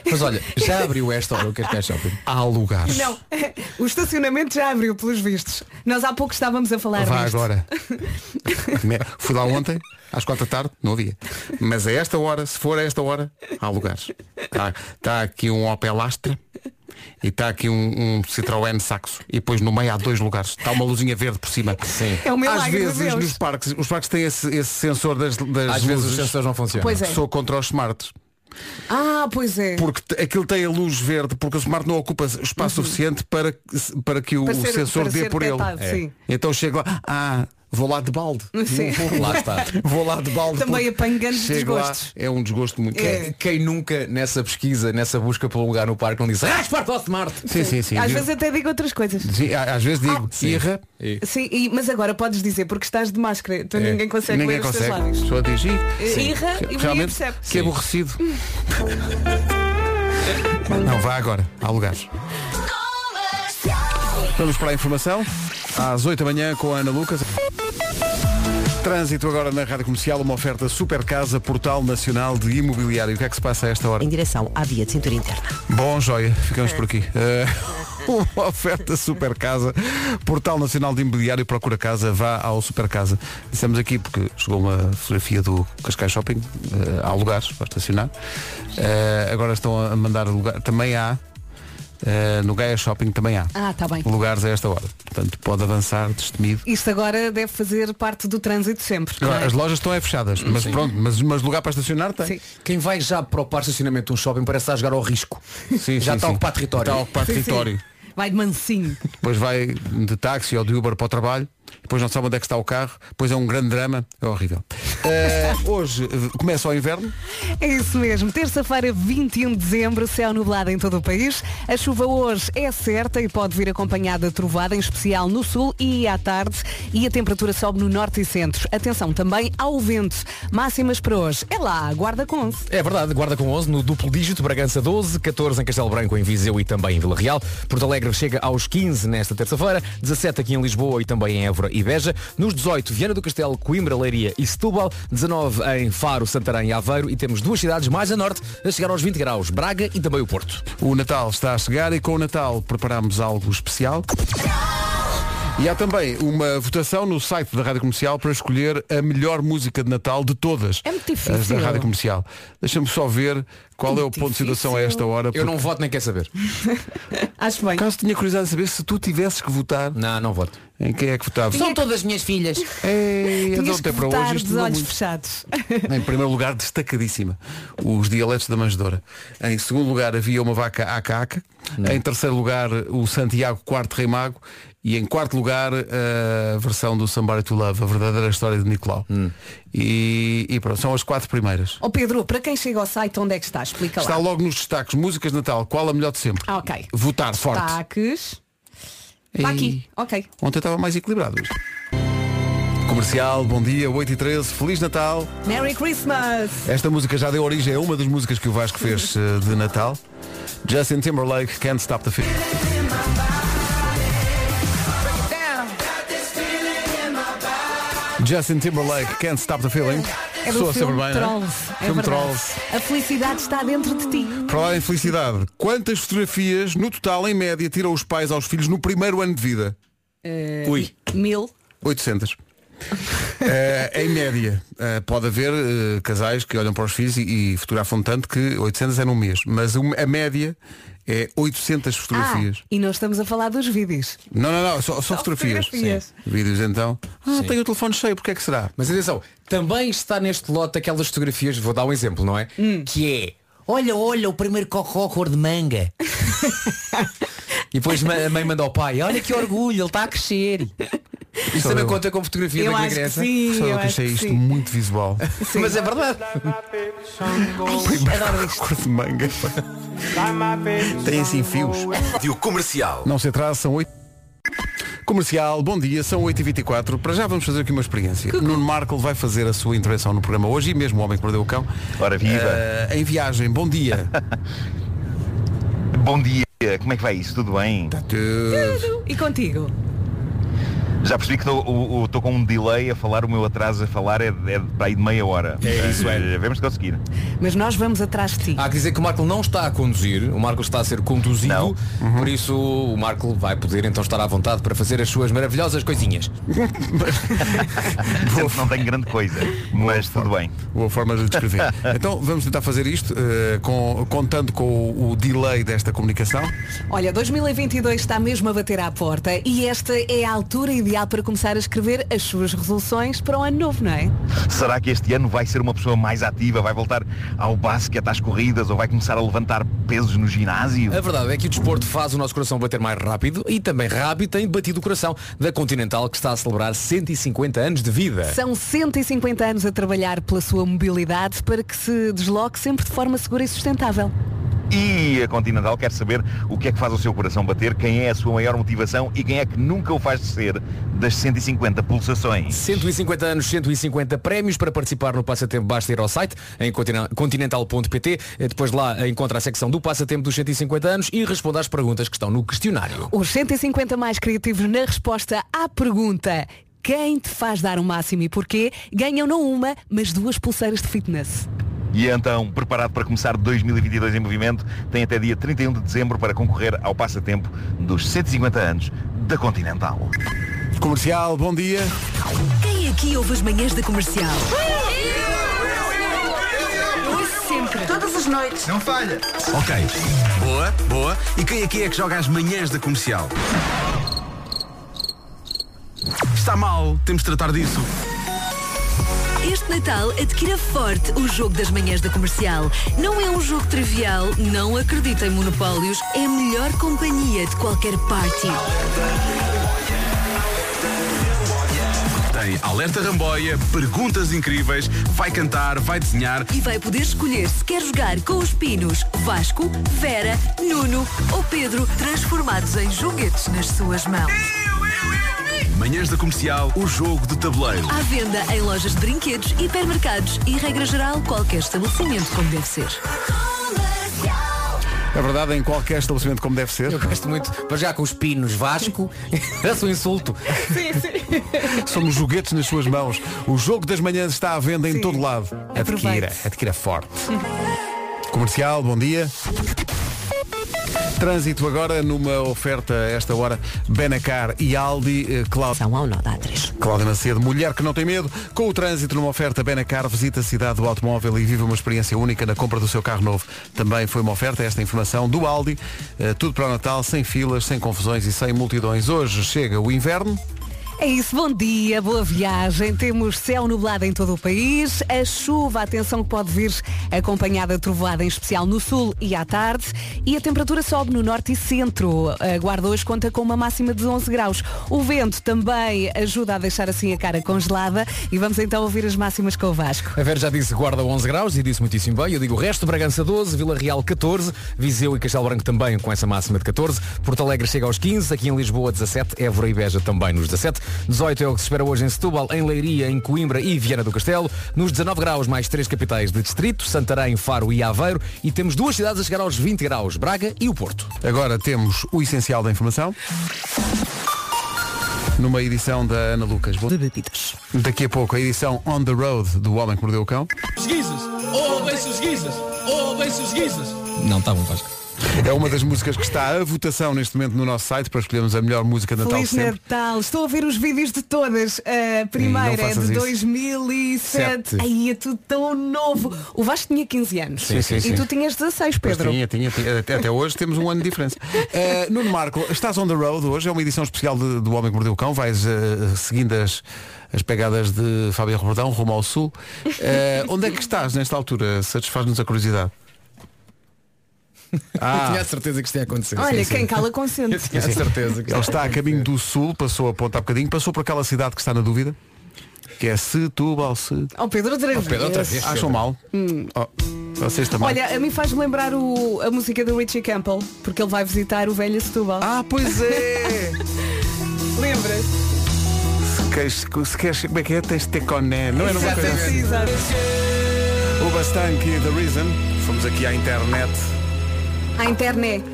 S1: Mas olha, já abriu esta hora o Cascais é, Shopping.
S2: Há lugares.
S4: Não. O estacionamento já abriu, pelos vistos. Nós há pouco estávamos a falar
S2: Vá
S4: disto.
S2: agora. Fui lá ontem, às quatro da tarde, não havia. Mas a esta hora, se for a esta hora, há lugares. Está tá aqui um Opel Astra e está aqui um, um Citroën Saxo. E depois no meio há dois lugares. Está uma luzinha verde por cima. Sim.
S4: É um
S2: Às
S4: milagre de
S2: vezes
S4: Deus.
S2: nos parques, os parques têm esse, esse sensor das, das luzes.
S1: Às vezes os sensores não funcionam.
S4: Pois é.
S2: Sou contra os smarts.
S4: Ah, pois é.
S2: Porque te- aquilo tem a luz verde, porque o smart não ocupa espaço suficiente para, que- para que o
S4: Uhum. Para ser-
S2: sensor
S4: para
S2: dê
S4: ser
S2: por ele.
S4: detectado, sim.
S2: Então chego lá, ah, vou lá de balde.
S4: Sim.
S1: Lá está.
S2: Vou lá de balde.
S4: Também
S2: porque
S4: apanho grandes
S2: chego lá,
S4: desgostos.
S2: é um desgosto muito.
S4: É.
S1: Quem nunca nessa pesquisa, nessa busca pelo lugar no parque, não disse Ah, Smart ou Smart?
S2: Sim, sim, sim.
S4: Às
S2: Digo-
S4: vezes é- Ah, até digo outras coisas.
S2: sim, a- às vezes digo,
S1: Sim.
S2: irra,
S1: E-
S4: Sim, e- mas agora podes dizer porque estás de máscara, então
S1: É.
S4: ninguém consegue
S2: ninguém
S4: ler
S2: consegue.
S4: os teus lábios.
S2: Só diz, "Ih,
S4: Irra e ninguém
S2: realmente,
S4: percebe.
S2: que aborrecido. não, vá agora, há lugares. Vamos para a informação, às 8 da manhã com a Ana Lucas. Trânsito agora na Rádio Comercial, uma oferta Super Casa, Portal Nacional de Imobiliário. O que é que se passa a esta hora?
S3: Em direção à via de cintura interna.
S2: Bom, joia, ficamos por aqui. Eh, uma oferta Super Casa, Portal Nacional de Imobiliário, procura casa, vá ao Super Casa. Dissemos aqui porque chegou uma fotografia do Cascais Shopping, eh, há lugares para estacionar. Eh, agora estão a mandar lugar, também há, eh, no Gaia Shopping também há
S4: Ah, tá bem.
S2: lugares a esta hora. Portanto, pode avançar, destemido.
S4: Isto agora deve fazer parte do trânsito sempre. não
S2: Agora,
S4: é?
S2: As lojas estão é fechadas, mas pronto, mas, mas lugar para estacionar tem.
S4: Sim.
S1: Quem vai já para o parque de estacionamento de um shopping parece estar a jogar ao risco.
S2: Sim,
S1: já
S2: sim,
S1: está a
S2: sim.
S1: ocupar território.
S2: Está a ocupar
S4: Sim, sim.
S2: território.
S4: Vai de mansinho.
S2: depois vai de táxi ou de Uber para o trabalho, depois não sabe onde é que está o carro, depois é um grande drama, é horrível. Eh, hoje eh, começa o inverno,
S4: É isso mesmo. Terça-feira, 21 de dezembro, céu nublado em todo o país. A chuva hoje é certa e pode vir acompanhada de trovada, em especial no sul e à tarde. E a temperatura sobe no norte e centro. Atenção também ao vento. Máximas para hoje. É lá, guarda com 11.
S1: É verdade, Guarda com 11 no duplo dígito, Bragança 12, 14 em Castelo Branco, em Viseu e também em Vila Real. Porto Alegre chega aos 15 nesta terça-feira, 17 aqui em Lisboa e também em Évora e Beja. Nos 18, Viana do Castelo, Coimbra, Leiria e Setúbal. 19 em Faro, Santarém e Aveiro. E temos duas cidades mais a norte a chegar aos 20 graus, Braga e também o Porto.
S2: o Natal está a chegar e com o Natal preparamos algo especial. E há também uma votação no site da Rádio Comercial para escolher a melhor música de Natal de todas.
S4: É muito difícil.
S2: As da Rádio Comercial. Deixa-me só ver qual é o
S4: Muito
S2: ponto de situação a
S4: difícil.
S2: esta hora.
S1: Eu
S2: porque,
S1: não voto nem quero saber.
S4: Acho bem.
S2: Caso tinha curiosidade de saber se tu tivesses que votar,
S1: Não, não voto.
S2: em quem é que votavas?
S1: todas minhas filhas.
S2: Ei,
S4: Tinhas
S2: adoro
S4: que
S2: ter para
S4: votar
S2: hoje isto
S4: de
S2: não
S4: olhos
S2: muito.
S4: fechados.
S2: Em primeiro lugar, destacadíssima, os dialetos da manjedora. Em segundo lugar, havia uma vaca aca-aca. Em terceiro lugar, o Santiago Quarto Rei Mago. E em quarto lugar, a versão do Somebody to Love, a verdadeira história de Nicolau. E, e pronto, são as quatro primeiras.
S4: Ó Pedro, para quem chega ao site, onde é que está? Explica
S2: Está
S4: lá.
S2: logo nos destaques, músicas de Natal, qual a melhor de sempre?
S4: Ah, ok.
S2: Votar forte.
S4: Taques. Está
S2: Ei.
S4: aqui. Ok.
S2: Ontem estava mais equilibrado. hoje. Comercial, bom dia, 8 e 13, Feliz Natal.
S4: Merry Christmas.
S2: Esta música já deu origem a uma das músicas que o Vasco fez eh, de Natal. Justin Timberlake, Can't Stop the Feeling. Justin Timberlake, Can't Stop the Feeling.
S4: É do
S2: Soa
S4: filme
S2: sempre bem, não é?
S4: Trolls. É
S2: Filme
S4: verdade.
S2: Trolls.
S4: A felicidade está dentro de ti.
S2: Para lá em felicidade, quantas fotografias, no total, em média, tiram os pais aos filhos no primeiro ano de vida?
S1: Ui.
S4: Mil.
S2: 800. Eh, em média, eh, pode haver eh, casais que olham para os filhos e, e fotografam tanto que 800 é num mês. Mas um- a média é 800
S4: Ah,
S2: fotografias.
S4: e não estamos a falar dos vídeos.
S2: Não, não, não, só, só
S4: Só
S2: fotografias.
S4: fotografias.
S2: Sim. Vídeos então. Ah, tenho o telefone cheio, porque é que será?
S1: Mas atenção, também está neste lote aquelas fotografias, vou dar um exemplo, não é?
S4: Hum.
S1: Que é, olha, olha, o primeiro cocó cor de manga. e depois ma- a mãe manda ao pai, olha que orgulho, ele está a crescer. Isto
S2: Sou
S1: também
S2: eu.
S1: conta com fotografia
S4: eu
S1: da
S4: acho que
S1: criança.
S4: sim.
S2: Só eu
S4: eu
S2: que
S4: acho
S2: achei
S4: que
S2: isto
S4: sim.
S2: muito visual.
S4: Sim.
S1: Mas é verdade.
S4: Adoro isto.
S2: Cor de manga. Tem assim fios.
S9: Rádio Comercial.
S2: Não se atrasa, são 8. Comercial, bom dia, são 8h24. Para já vamos fazer aqui uma experiência. Nuno Marco vai fazer a sua intervenção no programa hoje e mesmo o homem que perdeu o cão.
S9: Ora viva.
S2: Eh, em viagem, bom dia.
S9: Bom dia. Como é que vai isso? Tudo bem?
S2: Tu-
S4: E contigo?
S9: Já percebi que estou com um delay a falar, o meu atraso a falar é, de- é de- para aí de meia hora. É isso, é. Vamos conseguir.
S4: Mas nós vamos atrás de ti.
S1: Há que dizer que o Marco não está a conduzir, o Marco está a ser
S9: Não.
S1: conduzido, por isso o Marco vai poder então estar à vontade para fazer as suas maravilhosas coisinhas.
S9: Sendo que não tenho grande coisa, mas tudo bem.
S2: Boa forma de descrever. Então vamos tentar fazer isto eh, com- contando com o, o delay desta comunicação.
S4: Olha, 2022 está mesmo a bater à porta e esta é a altura ideal ideal para começar a escrever as suas resoluções para o ano novo, não é?
S9: Será que este ano vai ser uma pessoa mais ativa? Vai voltar ao basquete, às corridas ou vai começar a levantar pesos no ginásio?
S1: A verdade é que o desporto faz o nosso coração bater mais rápido e também rápido tem batido o coração da Continental que está a celebrar 150 anos de vida.
S4: São 150 anos a trabalhar pela sua mobilidade para que se desloque sempre de forma segura e sustentável.
S9: E a Continental quer saber o que é que faz o seu coração bater, quem é a sua maior motivação e quem é que nunca o faz descer das 150 pulsações.
S1: 150 anos, 150 prémios para participar no Passatempo basta ir ao site em contina- continental.pt Eh, depois de lá eh, encontra a secção do Passatempo dos 150 anos e responde às perguntas que estão no questionário.
S4: Os 150 mais criativos na resposta à pergunta quem te faz dar o máximo e porquê ganham não uma, mas duas pulseiras de fitness.
S9: E então, preparado para começar 2022 em movimento, tem até dia 31 de dezembro para concorrer ao passatempo dos 150 anos da Continental.
S2: Comercial, bom dia.
S10: Quem aqui ouve as manhãs da comercial? Ouço sempre. Todas as noites.
S7: Não falha. Ok. Boa, boa. E quem aqui é que joga as manhãs da comercial? Está mal, temos de tratar disso.
S10: Este Natal adquira forte o jogo das manhãs da comercial. Não é um jogo trivial, não acredita em monopólios, é a melhor companhia de qualquer party.
S7: Tem alerta ramboia, perguntas incríveis, vai cantar, vai desenhar.
S10: E vai poder escolher se quer jogar com os pinos Vasco, Vera, Nuno ou Pedro, transformados em joguetes nas suas mãos.
S7: Manhãs da comercial, o jogo de tabuleiro.
S10: À venda em lojas de brinquedos, hipermercados e, regra geral, qualquer estabelecimento como deve ser.
S2: É verdade, em qualquer estabelecimento como deve ser.
S1: Eu gosto muito, para já com os pinos Vasco, parece um insulto.
S2: Somos joguetes nas suas mãos. O jogo das manhãs está à venda em todo lado. É
S4: Aproveite.
S2: Adquira, adquira forte. Comercial, bom dia. Trânsito agora numa oferta a esta hora Benacar e Aldi. Eh, Cláudio,
S3: São ao nó da A3.
S2: Cláudio Macedo, mulher que não tem medo. Com o trânsito numa oferta Benacar, visita a cidade do automóvel e vive uma experiência única na compra do seu carro novo. Também foi uma oferta esta informação do Aldi. Eh, Tudo para o Natal, sem filas, sem confusões e sem multidões. Hoje chega o inverno.
S4: É isso, bom dia, boa viagem. Temos céu nublado em todo o país, a chuva, atenção que pode vir acompanhada de trovoada, em especial no sul e à tarde, e a temperatura sobe no norte e centro. A Guarda hoje conta com uma máxima de 11 graus. O vento também ajuda a deixar assim a cara congelada e vamos então ouvir as máximas com o Vasco.
S1: A Vera já disse guarda 11 graus e disse muitíssimo bem. Eu digo o resto, Bragança 12, Vila Real 14, Viseu e Castelo Branco também com essa máxima de 14, Porto Alegre chega aos 15, aqui em Lisboa 17, Évora e Beja também nos 17, 18 é o que se espera hoje em Setúbal, em Leiria, em Coimbra e Viana do Castelo, nos 19 graus mais três capitais de distrito, Santarém, Faro e Aveiro e temos duas cidades a chegar aos 20 graus, Braga e o Porto.
S2: Agora temos o essencial da informação. Numa edição da Ana Lucas. Boa-
S3: De bebidas.
S2: Daqui a pouco a edição On the Road do Homem que Mordeu o Cão.
S7: Oh,
S1: Não, está bom, Vasco.
S2: É uma das músicas que está à votação neste momento no nosso site para escolhermos a melhor música de Natal
S4: Feliz
S2: sempre.
S4: Natal! Estou a ver os vídeos de todas. A
S2: Não
S4: primeira é de
S2: faças isso.
S4: 2007.
S2: Sete.
S4: Aí é tudo tão novo. O Vasco tinha 15 anos.
S2: Sim, sim,
S4: e
S2: sim.
S4: tu tinhas 16,
S2: Pois
S4: Pedro.
S2: tinha, tinha, tinha. Até, até hoje temos um ano de diferença. Eh, Nuno Marco, estás on the road hoje, é uma edição especial de- do Homem que Mordeu o Cão, vais eh, seguindo as, as pegadas de Fábio Rebordão rumo ao sul. Eh, onde é que estás nesta altura? Satisfaz-nos a curiosidade. Ah,
S1: a certeza que isto ia acontecer.
S4: Olha, quem cala consente.
S1: Tinha a certeza que
S2: Ele está a caminho do sul, passou a ponta há bocadinho, passou por aquela cidade que está na dúvida, que é Setúbal, se...
S4: Ó Pedro, outra vez.
S2: Acham mal? Oh, vocês também.
S4: Olha, a mim faz-me lembrar o- a música do Richie Campbell, porque ele vai visitar o velho Setúbal.
S2: Ah, pois é!
S4: Lembras?
S2: se, queres, se queres, como é que é? Tens de ter coné, não é numa coisa assim.
S4: Sim, exato.
S2: O Bastanque e The Reason. Fomos aqui à internet
S4: À internet.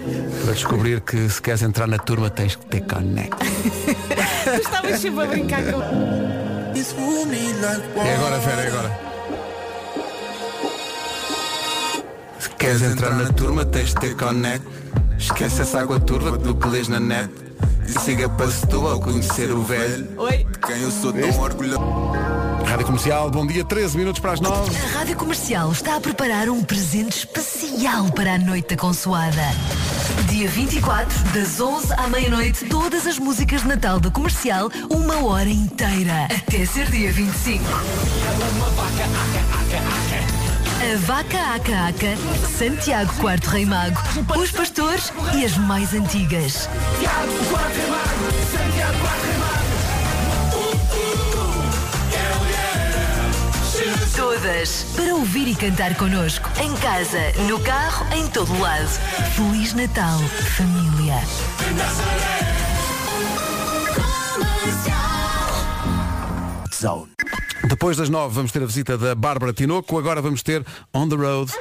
S2: para descobrir que se queres entrar na turma tens que ter coné.
S4: Tu estavas sempre a brincar com.
S2: É agora, Vera, é agora. Se queres entrar na turma, tens de ter connect. Esquece essa água turva do que lês na net. E siga para Setúbal conhecer o velho.
S4: Oi.
S7: Quem eu sou tão orgulhoso.
S2: Rádio Comercial, bom dia, 13 minutos para as 9.
S10: A Rádio Comercial está a preparar um presente especial para a Noite da Consoada. Dia 24, das 11 à meia-noite, todas as músicas de Natal da Comercial, uma hora inteira. Até ser dia 25. A Vaca Aca Aca, Santiago Quarto Rei Mago, os pastores e as mais antigas. Todas para ouvir e cantar connosco. Em casa, no carro, em todo lado. Feliz Natal, família.
S2: Zone. Depois das nove vamos ter a visita da Bárbara Tinoco, agora vamos ter On the Road.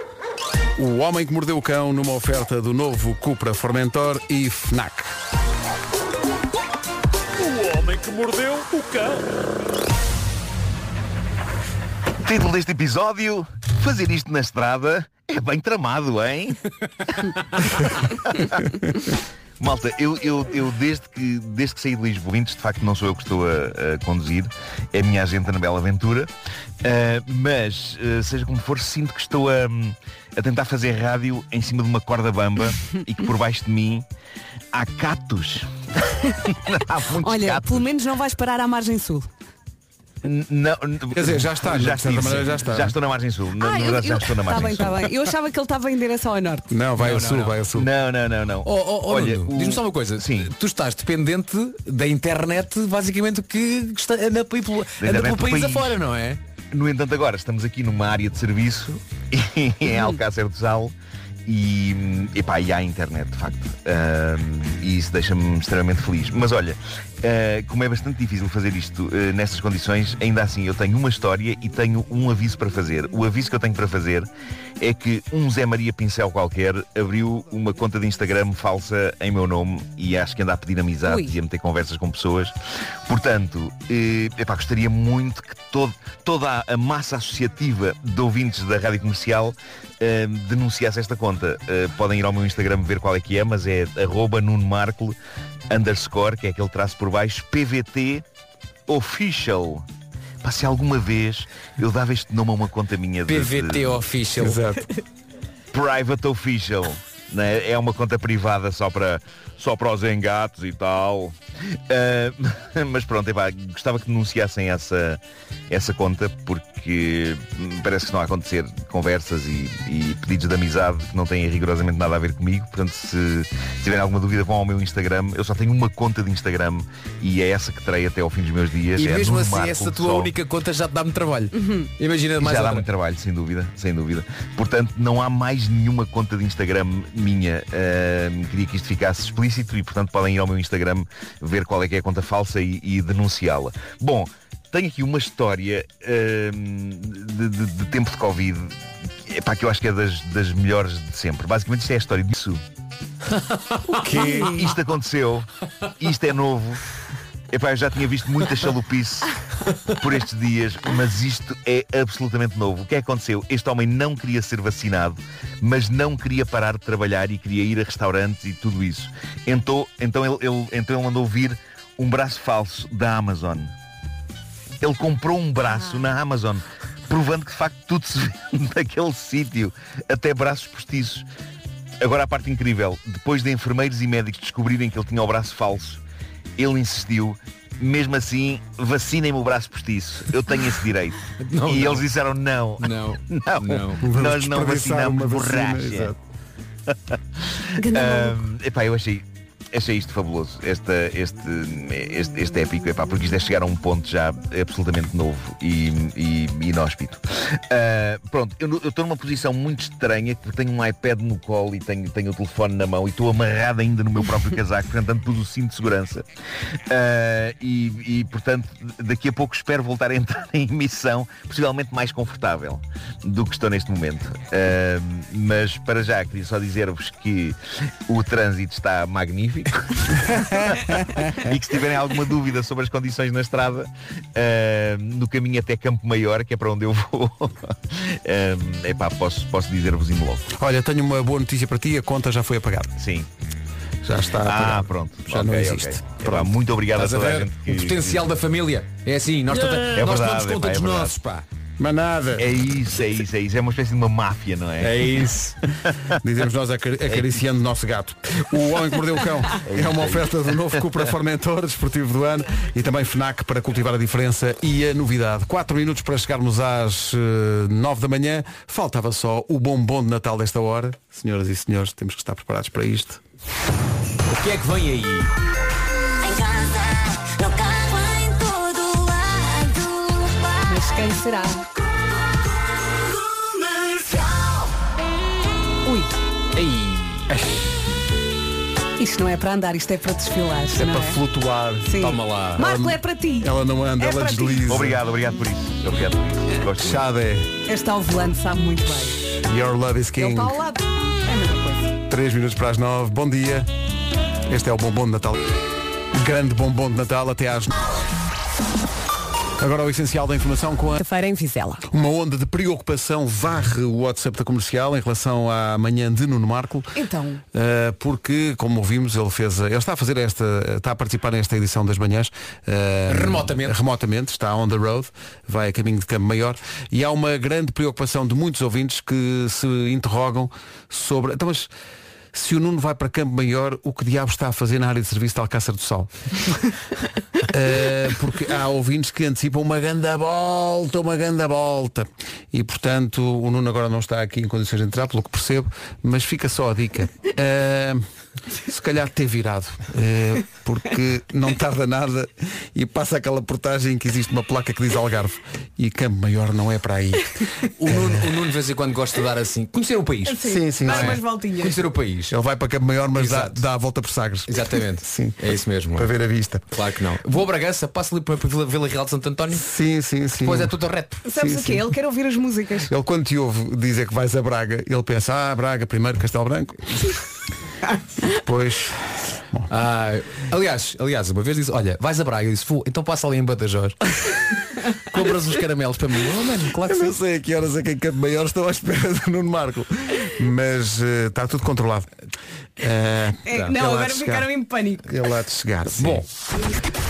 S2: O Homem que Mordeu o Cão numa oferta do novo Cupra Formentor e FNAC.
S11: O homem que mordeu o cão.
S9: Título deste episódio, fazer isto na estrada é bem tramado, hein? Malta, eu, eu, eu desde, que, desde que saí de Lisboa, isto de facto não sou eu que estou a, a conduzir, é a minha agente Ana Bela Aventura, ah, mas ah, seja como for, sinto que estou a, a tentar fazer rádio em cima de uma corda bamba e que por baixo de mim há catos. há muitos
S4: Olha,
S9: catos.
S4: pelo menos não vais parar à margem sul.
S9: N- Não, Quer
S2: dizer, já está,
S9: já,
S2: de certa
S9: estive,
S2: maneira
S9: sim.
S2: já está.
S9: Já estou na margem sul. Na, na
S4: eu-
S9: verdade, já
S4: eu-
S9: estou na
S4: Tá
S9: margem
S4: bem,
S9: sul.
S4: tá bem. Eu achava que ele estava em direção ao norte.
S2: Não, vai
S1: Não,
S2: ao
S1: não,
S2: sul,
S1: não.
S2: vai ao sul.
S9: Não, não, não, não.
S1: Oh, oh, oh,
S9: Olha,
S1: Nuno,
S9: o-
S1: diz-me só uma coisa. Tu estás dependente da internet, basicamente, que está, anda, pelo,
S9: é
S1: anda pelo país afora, não é?
S9: No entanto, agora estamos aqui numa área de serviço em Alcácer do Sal e, epá, e há internet, de facto. Ahm, e isso deixa-me extremamente feliz. Mas olha, ah, como é bastante difícil fazer isto ah, nestas condições, ainda assim eu tenho uma história e tenho um aviso para fazer. O aviso que eu tenho para fazer é que um Zé Maria Pincel qualquer abriu uma conta de Instagram falsa em meu nome e acho que anda a pedir amizade e a meter conversas com pessoas. Portanto, eh, epá, gostaria muito que todo- toda a massa associativa de ouvintes da Rádio Comercial eh, denunciasse esta conta. Eh, podem ir ao meu Instagram ver qual é que é, mas é arroba Nuno Marco, underscore, que é aquele traço por baixo, PVT official. Pá, se alguma vez eu dava este nome a uma conta minha de- de-
S1: PVT Official.
S2: Exato.
S9: Private Official. né? É uma conta privada só para, só para os engatos e tal. Ah, mas pronto, epá, gostava que denunciassem essa, essa conta porque hum, parece que estão a acontecer conversas e, e pedidos de amizade que não têm rigorosamente nada a ver comigo. Portanto, se, se tiverem alguma dúvida, vão ao meu Instagram. Eu só tenho uma conta de Instagram e é essa que terei até ao fim dos meus dias.
S1: E
S9: É
S1: mesmo
S9: Nuno
S1: assim,
S9: Marco
S1: essa tua
S9: só.
S1: única conta já te dá-me trabalho.
S4: Uhum.
S1: Imagina mais
S9: Já dá
S1: outra.
S9: muito trabalho, sem dúvida, sem dúvida. Portanto, não há mais nenhuma conta de Instagram minha. Ahm, queria que isto ficasse explícito e, portanto, podem ir ao meu Instagram ver qual é que é a conta falsa e, e denunciá-la. Bom, tenho aqui uma história ahm, de, de- de tempo de Covid epá, que eu acho que é das, das melhores de sempre. Basicamente, isto é a história disso.
S11: O quê?
S9: Isto aconteceu. Isto é novo. Epá, eu já tinha visto muita chalupice por estes dias, mas isto é absolutamente novo. O que é que aconteceu? Este homem não queria ser vacinado, mas não queria parar de trabalhar e queria ir a restaurantes e tudo isso. Então, então, ele, ele- então ele mandou vir um braço falso da Amazon. Ele comprou um braço na Amazon, provando que de facto tudo se vende naquele sítio, até braços postiços. Agora a parte incrível, depois de enfermeiros e médicos descobrirem que ele tinha o braço falso, ele insistiu, mesmo assim, vacinem-me o braço postiço, eu tenho esse direito.
S11: Não,
S9: e
S11: não.
S9: eles disseram não,
S1: não,
S9: não,
S11: Vamos
S9: nós não
S11: desperdiçar uma
S9: vacinamos
S11: vacina,
S9: borracha.
S11: exato.
S9: Ahm, epá, eu achei, achei isto fabuloso, esta, este, este, este épico, epá, porque isto é chegar a um ponto já absolutamente novo e, e, e inóspito. Ah, pronto, eu eu estou numa posição muito estranha, porque tenho um iPad no colo e tenho, tenho o telefone na mão e estou amarrado ainda no meu próprio casaco, portanto pus o cinto de segurança. Ah, e, e, portanto, daqui a pouco espero voltar a entrar em emissão, possivelmente mais confortável do que estou neste momento. Ah, mas para já queria só dizer-vos que o trânsito está magnífico e que se tiverem alguma dúvida sobre as condições na estrada, ah, no caminho até Campo Maior, que é para onde eu vou, ah, epá, posso, posso dizer-vos em logo.
S2: Olha, tenho uma boa notícia para ti, a conta já foi apagada.
S9: Sim.
S2: Já está
S9: Ah,
S2: apagada.
S9: pronto.
S2: Já
S9: Ok,
S2: não
S9: ok.
S2: existe.
S9: Epá, muito obrigado
S1: Estás
S9: a
S1: a
S9: toda a,
S1: ver?
S9: gente. que-
S1: O potencial da família. É assim, nós,
S9: É
S4: Ah.
S1: tratamos- nós
S9: verdade,
S1: tomamos conta
S9: epá, é
S1: dos
S9: verdade.
S1: nossos, pá.
S2: Manada.
S9: É isso, é isso, é isso. É uma espécie de uma máfia, não é?
S2: É isso. Dizemos nós acari- acariciando o nosso gato. O Homem que Mordeu o Cão é uma oferta do novo Cupra Formentor, desportivo do ano, e também FNAC para cultivar a diferença e a novidade. Quatro minutos para chegarmos às eh, nove da manhã. Faltava só o bombom de Natal desta hora. Senhoras e senhores, temos que estar preparados para isto.
S1: O que é que vem aí?
S5: Em casa, no carro, em todo lado.
S4: Mas quem será? Ui, isto não é para andar, isto é para desfilar.
S2: Isto é
S4: não
S2: para flutuar.
S4: Sim.
S2: Toma lá.
S4: Marco,
S2: Ela-
S4: é para ti.
S2: Ela não anda,
S4: É
S2: ela
S4: para ti.
S2: desliza.
S9: Obrigado, obrigado por isso. Obrigado por isso. Gosto muito.
S2: Chade,
S4: Este ao volante sabe muito bem.
S2: your love is
S4: Ele
S2: king.
S4: está ao lado. É a mesma coisa.
S2: 3 minutos para as 9. Bom dia. Este é o bombom de Natal. Grande bombom de Natal até às 9. Agora o essencial da informação com a
S4: Feira em Vizela.
S2: uma onda de preocupação varre o WhatsApp da comercial em relação à manhã de Nuno Marco.
S4: Então,
S2: Uh, porque, como ouvimos, ele fez. eh, Ele está a fazer esta. Está a participar nesta edição das manhãs. uh,
S1: Remotamente.
S2: Remotamente, está on the road, vai a caminho de Campo Maior. E há uma grande preocupação de muitos ouvintes que se interrogam sobre. Então, mas se o Nuno vai para Campo Maior, o que diabo está a fazer na área de serviço de Alcácer do Sal? Uh, porque há ouvintes que antecipam uma ganda volta, uma ganda volta. E portanto, o Nuno agora não está aqui em condições de entrar, pelo que percebo, mas fica só a dica. Uh, se calhar ter virado, uh, porque não tarda nada e passa aquela portagem que existe uma placa que diz Algarve e Campo Maior não é para aí.
S1: O Nuno, o Nuno de vez em quando gosta de dar assim. Conhecer o país.
S2: Sim, sim,
S4: dá
S2: sim.
S4: umas voltinhas.
S1: Conhecer o país.
S2: Ele vai para Campo Maior, mas dá,
S1: Exato.
S2: dá a volta por Sagres.
S1: Exatamente.
S2: Sim.
S1: É isso mesmo.
S2: Para ver a vista.
S1: Claro que não. Vou a Bragança, passo ali para para Vila, Vila Real de Santo António.
S2: Sim, sim, sim.
S1: Depois é tudo reto.
S4: sabes
S2: Sim,
S4: o quê?
S2: sim.
S4: Ele quer ouvir as músicas.
S2: Ele quando te ouve dizer que vais a Braga, ele pensa, ah, Braga, primeiro Castelo Branco. Depois.
S1: Ah, aliás, aliás, uma vez disse, olha, vais a Braga, eu disse, vou, então passa ali em Badajoz. Compras os caramelos para mim. Oh, mano, claro
S2: Eu
S1: que
S2: não
S1: sim.
S2: sei a que horas é que em Campo Maior estão à espera do Nuno Marco. Mas eh, está tudo controlado. Eh,
S4: É,
S2: tá. Ele há
S4: não,
S2: de
S4: agora
S2: chegar.
S4: ficaram em pânico.
S2: Ele há de chegar.
S1: Bom,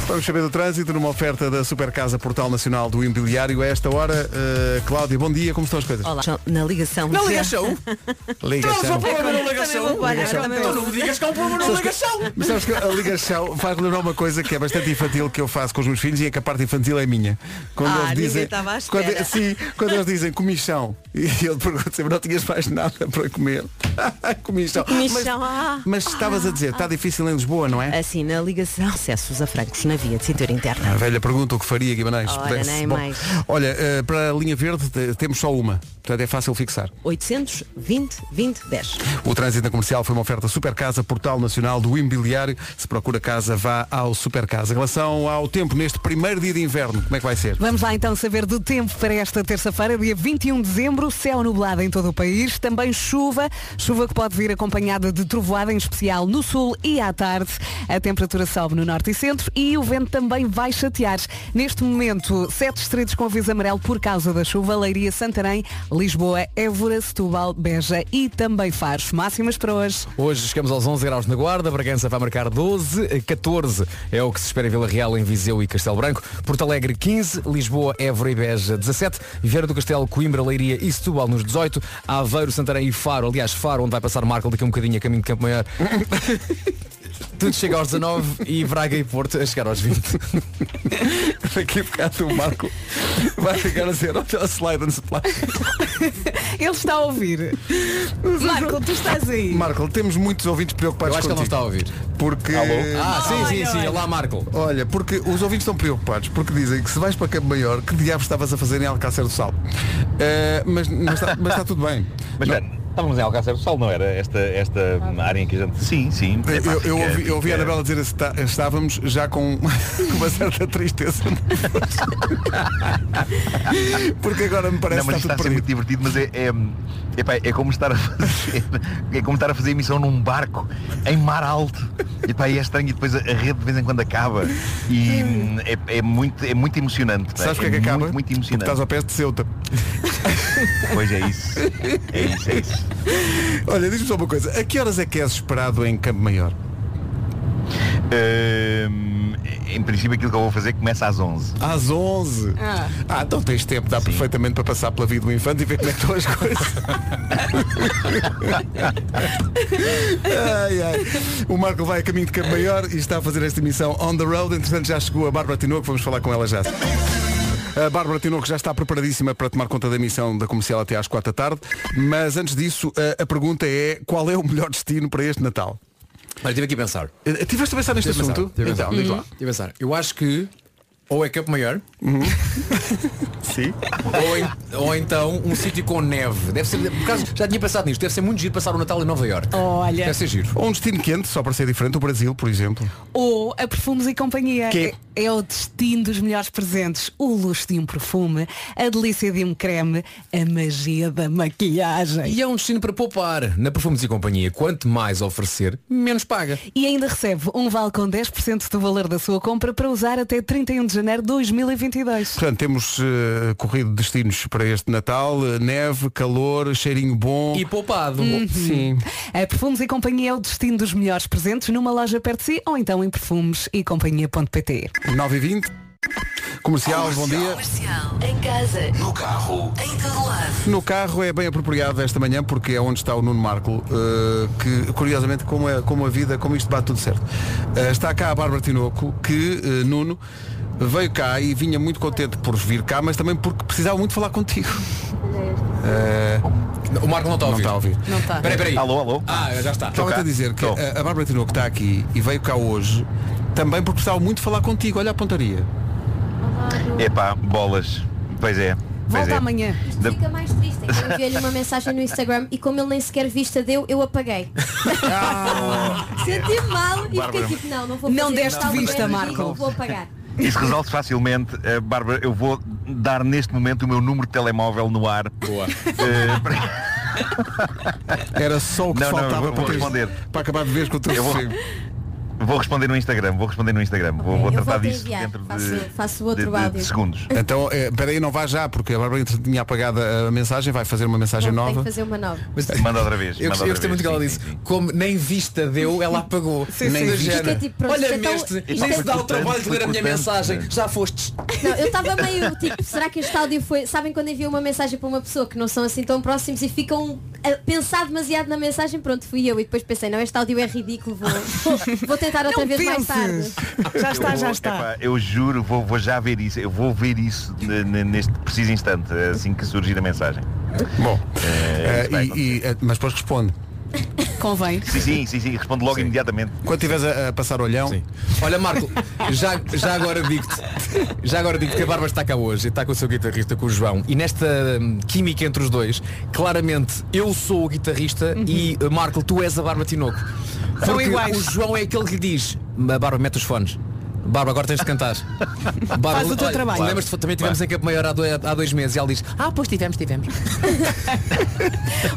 S2: Vamos saber do trânsito numa oferta da Supercasa Portal Nacional do Imobiliário. A esta hora, eh, Cláudia, bom dia, como estão as coisas?
S3: Olá. Na ligação.
S1: não um. liga show.
S4: Então,
S1: um.
S2: Ligação.
S3: Também vou parar, também vou-
S1: digas que há um problema na ligação.
S2: Mas sabes que a ligação faz-me lembrar uma coisa que é bastante infantil que eu faço com os meus filhos e é que a parte infantil é minha. Quando
S3: Ah,
S2: eles
S3: ninguém
S2: dizem,
S3: estava à espera.
S2: quando, é- sim, quando eles dizem comichão, e eu pergunto sempre, não tinhas mais nada para comer. comichão.
S3: Comichão, ah.
S2: Mas, mas estavas a dizer, está difícil em Lisboa, não é?
S3: Assim, na ligação. Acessos a francos na via de cintura interna.
S2: A velha pergunta o que faria Guimarães. se
S3: Ora,
S2: pudesse.
S3: nem
S2: Bom,
S3: mais.
S2: Olha, eh, para a linha verde te- temos só uma, portanto é fácil fixar.
S3: 820 20 10.
S2: O trânsito na comercial foi uma oferta Supercasa, portal nacional do imobiliário. Se procura casa, vá ao Supercasa. Em relação ao tempo, neste primeiro dia de inverno, como é que vai ser?
S4: Vamos lá então saber do tempo para esta terça-feira, dia 21 de dezembro, céu nublado em todo o país, também chuva, chuva que pode vir acompanhada de trovoada, em especial no sul e à tarde. A temperatura sobe no norte e centro e o vento também vai chatear. Neste momento, sete distritos com aviso amarelo por causa da chuva, Leiria, Santarém, Lisboa, Évora, Setúbal, Beja e também Faro. Máximas para hoje.
S1: Hoje chegamos aos 11 graus na Guarda, Bragança vai marcar 12, eh, 14 é o que se espera em Vila Real, em Viseu e Castelo Branco, Porto Alegre 15, Lisboa, Évora e Beja 17, Vieira do Castelo, Coimbra, Leiria e Setúbal nos 18, Aveiro, Santarém e Faro, aliás Faro onde vai passar Marco daqui a um bocadinho a caminho de Campo Maior. Tudo chega aos 19 e Braga e Porto a chegar aos 20.
S2: Daqui a bocado o Marco vai ficar a dizer, olha o slide and splash.
S4: Ele está a ouvir. Marco, tu estás aí.
S2: Marco, temos muitos ouvintes
S1: Eu
S2: preocupados
S1: acho que ele não
S2: contigo.
S1: está a ouvir.
S2: Porque...
S1: Ah, sim, sim, sim, olá Marco.
S2: Olha, porque os ouvintes estão preocupados porque dizem que se vais para Campo Maior, que diabo estavas a fazer em Alcácer do Sal? Eh, mas, mas está, mas está tudo bem.
S9: Mas
S2: Não-
S9: espera, estávamos em Alcácer do Sol, não era? Esta, esta área em que a gente... Sim, sim.
S1: É
S9: É,
S2: Eu,
S9: Epá,
S2: eu
S9: fica-
S2: ouvi, eu ouvi a
S9: fica-
S2: Anabela dizer assim, "Tá- estávamos já com com uma certa tristeza. Porque agora me parece
S9: Não, mas
S2: que está
S9: está a
S2: tudo
S9: ser muito
S2: perdido.
S9: divertido, mas é, é, epá, é como estar a fazer é como estar a fazer emissão num barco em mar alto. Epá, e é estranho e depois a a rede de vez em quando acaba. E hum, é, é muito, é muito emocionante. pá,
S2: Sabes o que é que
S9: muito,
S2: acaba?
S9: Muito
S2: Porque
S9: emocionante.
S2: estás ao pé de Ceuta.
S9: Pois é isso. É isso, é isso.
S2: Olha, diz-me só uma coisa. A que horas é que és esperado em Campo Maior?
S9: Hum, em princípio aquilo que eu vou fazer começa às 11.
S2: Às 11?
S9: Ah.
S2: Ah, então tens tempo, dá perfeitamente para passar pela vida do infante e ver como é que estão as coisas. ai, ai. O Marco vai a caminho de Campo Maior e está a fazer esta emissão on the road. Entretanto, já chegou a Bárbara Tinoco, vamos falar com ela já. A Bárbara Tinoco já está preparadíssima para tomar conta da missão da comercial até às 4 da tarde, mas antes disso, a, a pergunta é qual é o melhor destino para este Natal?
S1: Olha, tive aqui a pensar.
S2: Eh, Tiveste a pensar neste
S1: Tive a
S2: assunto?
S1: tive a pensar.
S2: Então, diz lá. Uhum.
S1: Tive a pensar. Eu acho que ou é Campo Maior. Sim. Ou, en- ou então um sítio com neve. Deve ser, por acaso, já tinha pensado nisto. Deve ser muito giro passar o Natal em Nova York.
S4: Olha.
S1: Deve ser giro.
S2: Ou um destino quente, só para ser diferente, o Brasil, por exemplo.
S4: Ou a Perfumes e Companhia.
S2: Que-
S4: É, é o destino dos melhores presentes. O luxo de um perfume, a delícia de um creme, a magia da maquiagem.
S1: E é um destino para poupar. Na Perfumes e Companhia, quanto mais oferecer, menos paga.
S4: E ainda recebe um vale com 10% do valor da sua compra para usar até 31 de janeiro de 2022.
S2: Portanto, temos eh, corrido destinos para este Natal, eh, neve, calor, cheirinho bom.
S1: E poupado.
S4: Uhum.
S2: Sim.
S4: A Perfumes e Companhia é o destino dos melhores presentes numa loja perto de si ou então em perfumesecompanhia.pt.
S2: 9 e 20 Comercial, bom dia.
S10: Comercial, em casa, no carro, em todo lado.
S2: No carro é bem apropriado esta manhã porque é onde está o Nuno Marco, eh, que curiosamente como, é, como a vida, como isto bate tudo certo. Eh, está cá a Bárbara Tinoco, que eh, Nuno veio cá e vinha muito contente por vir cá, mas também porque precisava muito falar contigo. Eh,
S1: O Marco não está a ouvir.
S2: Não está a ouvir.
S4: Não está.
S1: Peraí, peraí.
S9: Alô, alô?
S1: Ah, já está.
S2: Estava a dizer que a, a Bárbara Tinoco está aqui e veio cá hoje também porque precisava muito falar contigo. Olha a pontaria.
S9: Epá, bolas. Pois é. Pois
S8: Volta
S9: é.
S8: amanhã.
S9: Da-
S8: Fica mais triste. é que Eu enviei-lhe uma mensagem no Instagram e como ele nem sequer vista deu, eu apaguei. Senti mal e
S9: Bárbara.
S8: fiquei tipo, não, não vou
S4: Não
S8: fazer
S4: deste
S8: isto ao
S4: vista,
S8: Benfica,
S4: Marco.
S8: Vou apagar.
S9: Isso resolve-se facilmente. Eh, Bárbara, eu vou dar neste momento o meu número de telemóvel no ar. Eh, Boa.
S2: Era só o que
S9: Não,
S2: te
S9: não,
S2: faltava
S9: vou- vou
S2: para, teres-
S9: responder.
S2: para acabar de ver com o teu
S9: Eu vou-
S2: sossego.
S9: Vou responder no Instagram, vou responder no Instagram. Vou, vou
S8: eu
S9: tratar
S8: vou-te
S9: disso
S8: enviar.
S9: dentro
S8: Faço-
S9: de,
S8: faço outro
S9: de- de- de
S8: áudio.
S9: segundos.
S2: Então, eh, peraí, não vá já, porque a Bárbara tinha apagado a mensagem, vai fazer uma mensagem
S8: Tenho que
S2: nova.
S8: fazer uma nova.
S9: Manda outra vez.
S1: Eu, gostei-
S9: manda
S1: eu
S9: outra
S1: gostei muito
S9: vez,
S1: que ela
S9: sim,
S1: disse. Como nem vista deu, ela apagou.
S8: Sim,
S1: nem
S8: sim.
S1: vista.
S8: Fiquei tipo, pronto,
S1: Olha,
S8: então-
S1: neste,
S8: isto
S1: nem
S8: é
S1: se dá o
S8: importante,
S1: trabalho de ler a minha
S8: importante.
S1: mensagem. Já fostes.
S8: Não, eu estava meio tipo, será que este áudio foi. Sabem quando envia uma mensagem para uma pessoa que não são assim tão próximos e ficam a pensar demasiado na mensagem? Pronto, fui eu e depois pensei, não, este áudio é ridículo, vou, vou- vou tentar outra
S4: Não
S8: vez mais
S4: penses.
S8: tarde.
S4: Já
S9: Eu
S4: está,
S9: vou-
S4: já está.
S9: epá, eu juro, vou, vou já ver isso. Eu vou ver isso ne- ne- neste preciso instante, assim que surgir a mensagem.
S2: Bom,
S9: É,
S2: eh,
S9: isso vai
S2: e- e, eh, mas depois responde.
S4: Convém.
S9: Sim, sim, sim, sim. Respondo logo imediatamente.
S2: Quando estiveres a, a passar olhão,
S1: Olha, Marco, já, já agora digo-te Já agora digo que a Bárbara está cá hoje e Está com o seu guitarrista, com o João E nesta hum, química entre os dois Claramente eu sou o guitarrista E uh, Marco, tu és a Bárbara Tinoco Porque
S4: Uhum. iguais.
S1: o João é aquele que lhe diz "Ma, Bárbara, mete os fones Bárbara, agora tens de cantar. Bárbara,
S4: Faz o teu
S1: olha,
S4: trabalho.
S1: Lembras-te, também tivemos em Campo Maior há dois, há dois meses e ela diz, ah, pois tivemos, tivemos.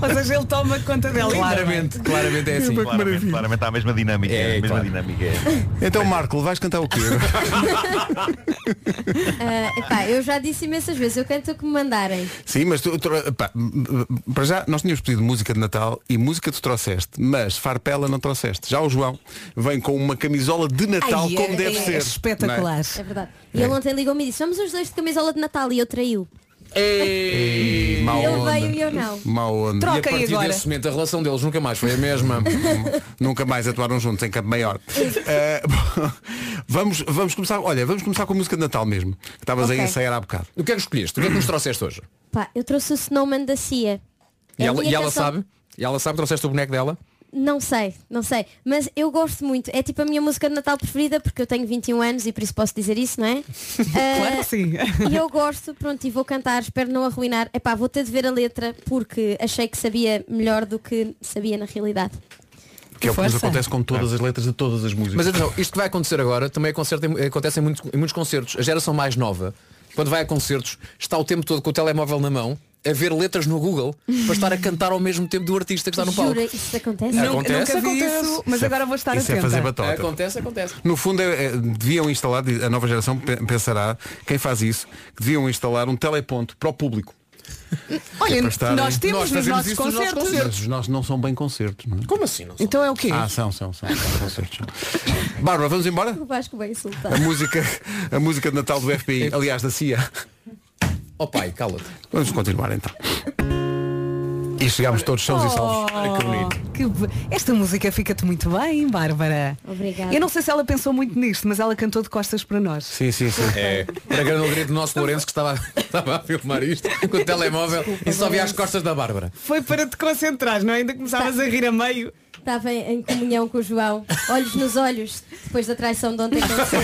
S4: Ou seja, ele toma conta dela.
S1: Claramente, claramente é assim.
S9: Claramente, claramente há a mesma dinâmica.
S1: É,
S9: a mesma
S1: claro.
S9: dinâmica.
S2: então Marco, vais cantar o quê?
S8: Ah, epá, eu já disse imensas vezes, eu canto o que me mandarem.
S2: Sim, mas tu, tu- pá, m- m- para já nós tínhamos pedido música de Natal e música tu trouxeste, mas farpela não trouxeste. Já o João vem com uma camisola de Natal
S4: Ai, é-
S2: como deve
S4: é
S2: ser. não é?
S4: Espetacular.
S8: É verdade. E ele ontem ligou-me e disse, vamos os dois de camisola de Natal e eu traiu.
S1: Ei,
S2: é? Má
S8: Ele
S2: onda.
S8: veio e eu não.
S2: Má onda.
S1: E a
S4: Troca aí
S1: partir
S4: agora.
S1: desse momento a relação deles nunca mais foi a mesma.
S2: Nunca mais atuaram juntos em Campo Maior. Eh, vamos, vamos começar, olha, vamos começar com a música de Natal mesmo. que Estavas aí a
S8: Ok.
S2: ensaiar há bocado.
S1: O que é que escolheste? O que é que nos trouxeste hoje?
S8: Pá, eu trouxe o Snowman da CIA.
S1: E
S8: É a
S1: ela,
S8: minha
S1: e ela
S8: canção-
S1: sabe? E ela sabe que trouxeste o boneco dela?
S8: Não sei, não sei. Mas eu gosto muito. É tipo a minha música de Natal preferida, porque eu tenho 21 anos e por isso posso dizer isso, não é?
S4: Claro
S8: Ah,
S4: que sim.
S8: E eu gosto, pronto, e vou cantar, espero não arruinar. Epá, vou ter de ver a letra porque achei que sabia melhor do que sabia na realidade.
S2: Que é o que nos
S4: Força.
S2: acontece com todas as letras de todas as músicas.
S1: Mas atenção, isto que vai acontecer agora também acontece em, acontece em muitos, em muitos concertos. A geração mais nova, quando vai a concertos, está o tempo todo com o telemóvel na mão a ver letras no Google para estar a cantar ao mesmo tempo do artista que está no palco.
S8: Jura, isso acontece?
S4: Nunca-
S1: Acontece,
S4: nunca vi
S1: acontece.
S4: isso, mas
S2: Isso é-
S4: agora vou estar
S2: isso é
S4: atenta.
S2: fazer batota.
S1: Acontece, acontece.
S2: No fundo, é- é- deviam instalar, a nova geração pe- pensará, quem faz isso, que deviam instalar um teleponto para o público.
S4: Olha,
S2: É para estarem-
S4: nós temos nos
S2: fazemos
S4: nossos
S2: isso nos
S4: concertos.
S2: Mas os nossos não são bem concertos. Não é?
S1: Como assim? Não
S4: Então é o quê?
S2: Ah, são, são, são, são concertos. Bárbara, vamos embora?
S8: O Vasco vai insultar.
S2: A música, a música de Natal do FBI, aliás, da CIA.
S1: Oh pai, cala-te.
S2: Vamos continuar então. E chegámos todos sãos e salvos.
S4: Oh, que be- Esta música fica-te muito bem, Bárbara.
S8: Obrigada.
S4: Eu não sei se ela pensou muito nisto, mas ela cantou de costas para nós.
S2: Sim, sim, sim.
S1: É, para grande alegria do nosso Lourenço que estava, estava a filmar isto com o telemóvel e só via as costas da Bárbara.
S4: Foi para te concentrar, não é? Ainda começavas a rir a meio.
S8: Estava em, em comunhão com o João, olhos nos olhos, depois da traição de ontem acontecer.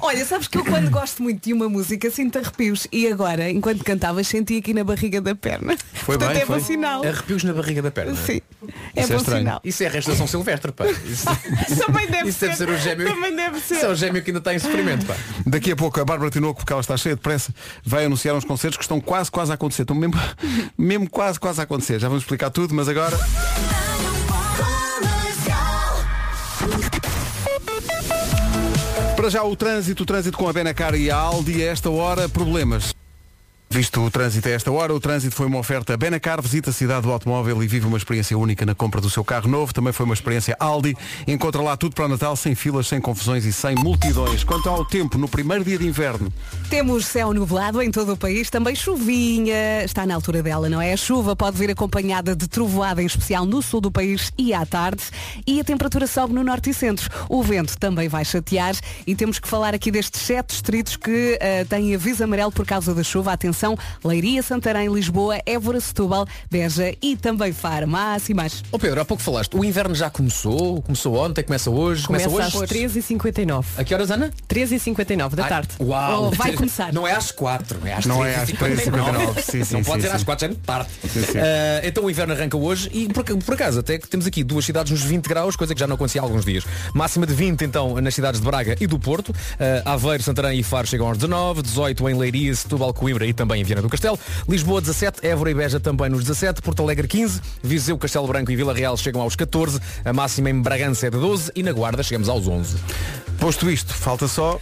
S4: Olha, sabes que eu quando gosto muito de uma música sinto arrepios e agora, enquanto cantavas, senti aqui na barriga da perna.
S1: Foi
S4: Portanto,
S1: bem,
S4: é
S1: foi.
S4: bom sinal.
S1: Arrepios na barriga da perna.
S4: Sim. É bom sinal.
S1: Isso é a restauração silvestre, pá. Isso,
S4: Também deve
S1: isso deve ser o gêmeo.
S4: Também deve ser.
S1: Isso é o gêmeo que ainda está em sofrimento, pá.
S2: Daqui a pouco a Bárbara Tinoco, porque ela está cheia de pressa, vai anunciar uns concertos que estão quase, quase a acontecer. Estão mesmo, mesmo quase, quase a acontecer. Já vamos explicar tudo, mas agora. Para já o trânsito, o trânsito com a Benacar e a Aldi, a esta hora, problemas. Visto o trânsito a esta hora, o trânsito foi uma oferta Benacar, visita a cidade do automóvel e vive uma experiência única na compra do seu carro novo. Também foi uma experiência Aldi. Encontra lá tudo para o Natal, sem filas, sem confusões e sem multidões. Quanto ao tempo, no primeiro dia de inverno,
S4: Temos céu nublado em todo o país, também chuvinha, está na altura dela, não é? A chuva pode vir acompanhada de trovoada, em especial no sul do país e à tarde, e a temperatura sobe no norte e centro. O vento também vai chatear e temos que falar aqui destes sete distritos que eh, têm aviso amarelo por causa da chuva. Atenção, Leiria, Santarém, Lisboa, Évora, Setúbal, Beja e também Faro. Mas e mais.
S1: Ó Pedro, há pouco falaste, o inverno já começou, começou ontem, começa hoje, começa,
S12: Começa às
S1: hoje.
S12: 13h59.
S1: A que horas, Ana?
S12: 13h59 da
S1: Ai,
S12: tarde.
S1: Uau!
S12: Oh, vai começar.
S1: Não é às 4, é às
S2: Não é às
S1: 3h59.
S2: 3h59. Sim, sim,
S1: não
S2: sim,
S1: pode ser
S2: sim.
S1: às 4, já é de tarde.
S2: sim.
S1: Ah, então o inverno arranca hoje e por, ac- por acaso até que temos aqui duas cidades nos 20 graus, coisa que já não acontecia há alguns dias. Máxima de 20 então nas cidades de Braga e do Porto. Ah, Aveiro, Santarém e Faro chegam aos 19, 18 em Leiria, Setúbal, Coimbra e também em Viana do Castelo. Lisboa 17, Évora e Beja também nos 17, Porto Alegre 15, Viseu, Castelo Branco e Vila Real chegam aos 14, a máxima em Bragança é de 12 e na Guarda chegamos aos 11.
S2: Posto isto, falta só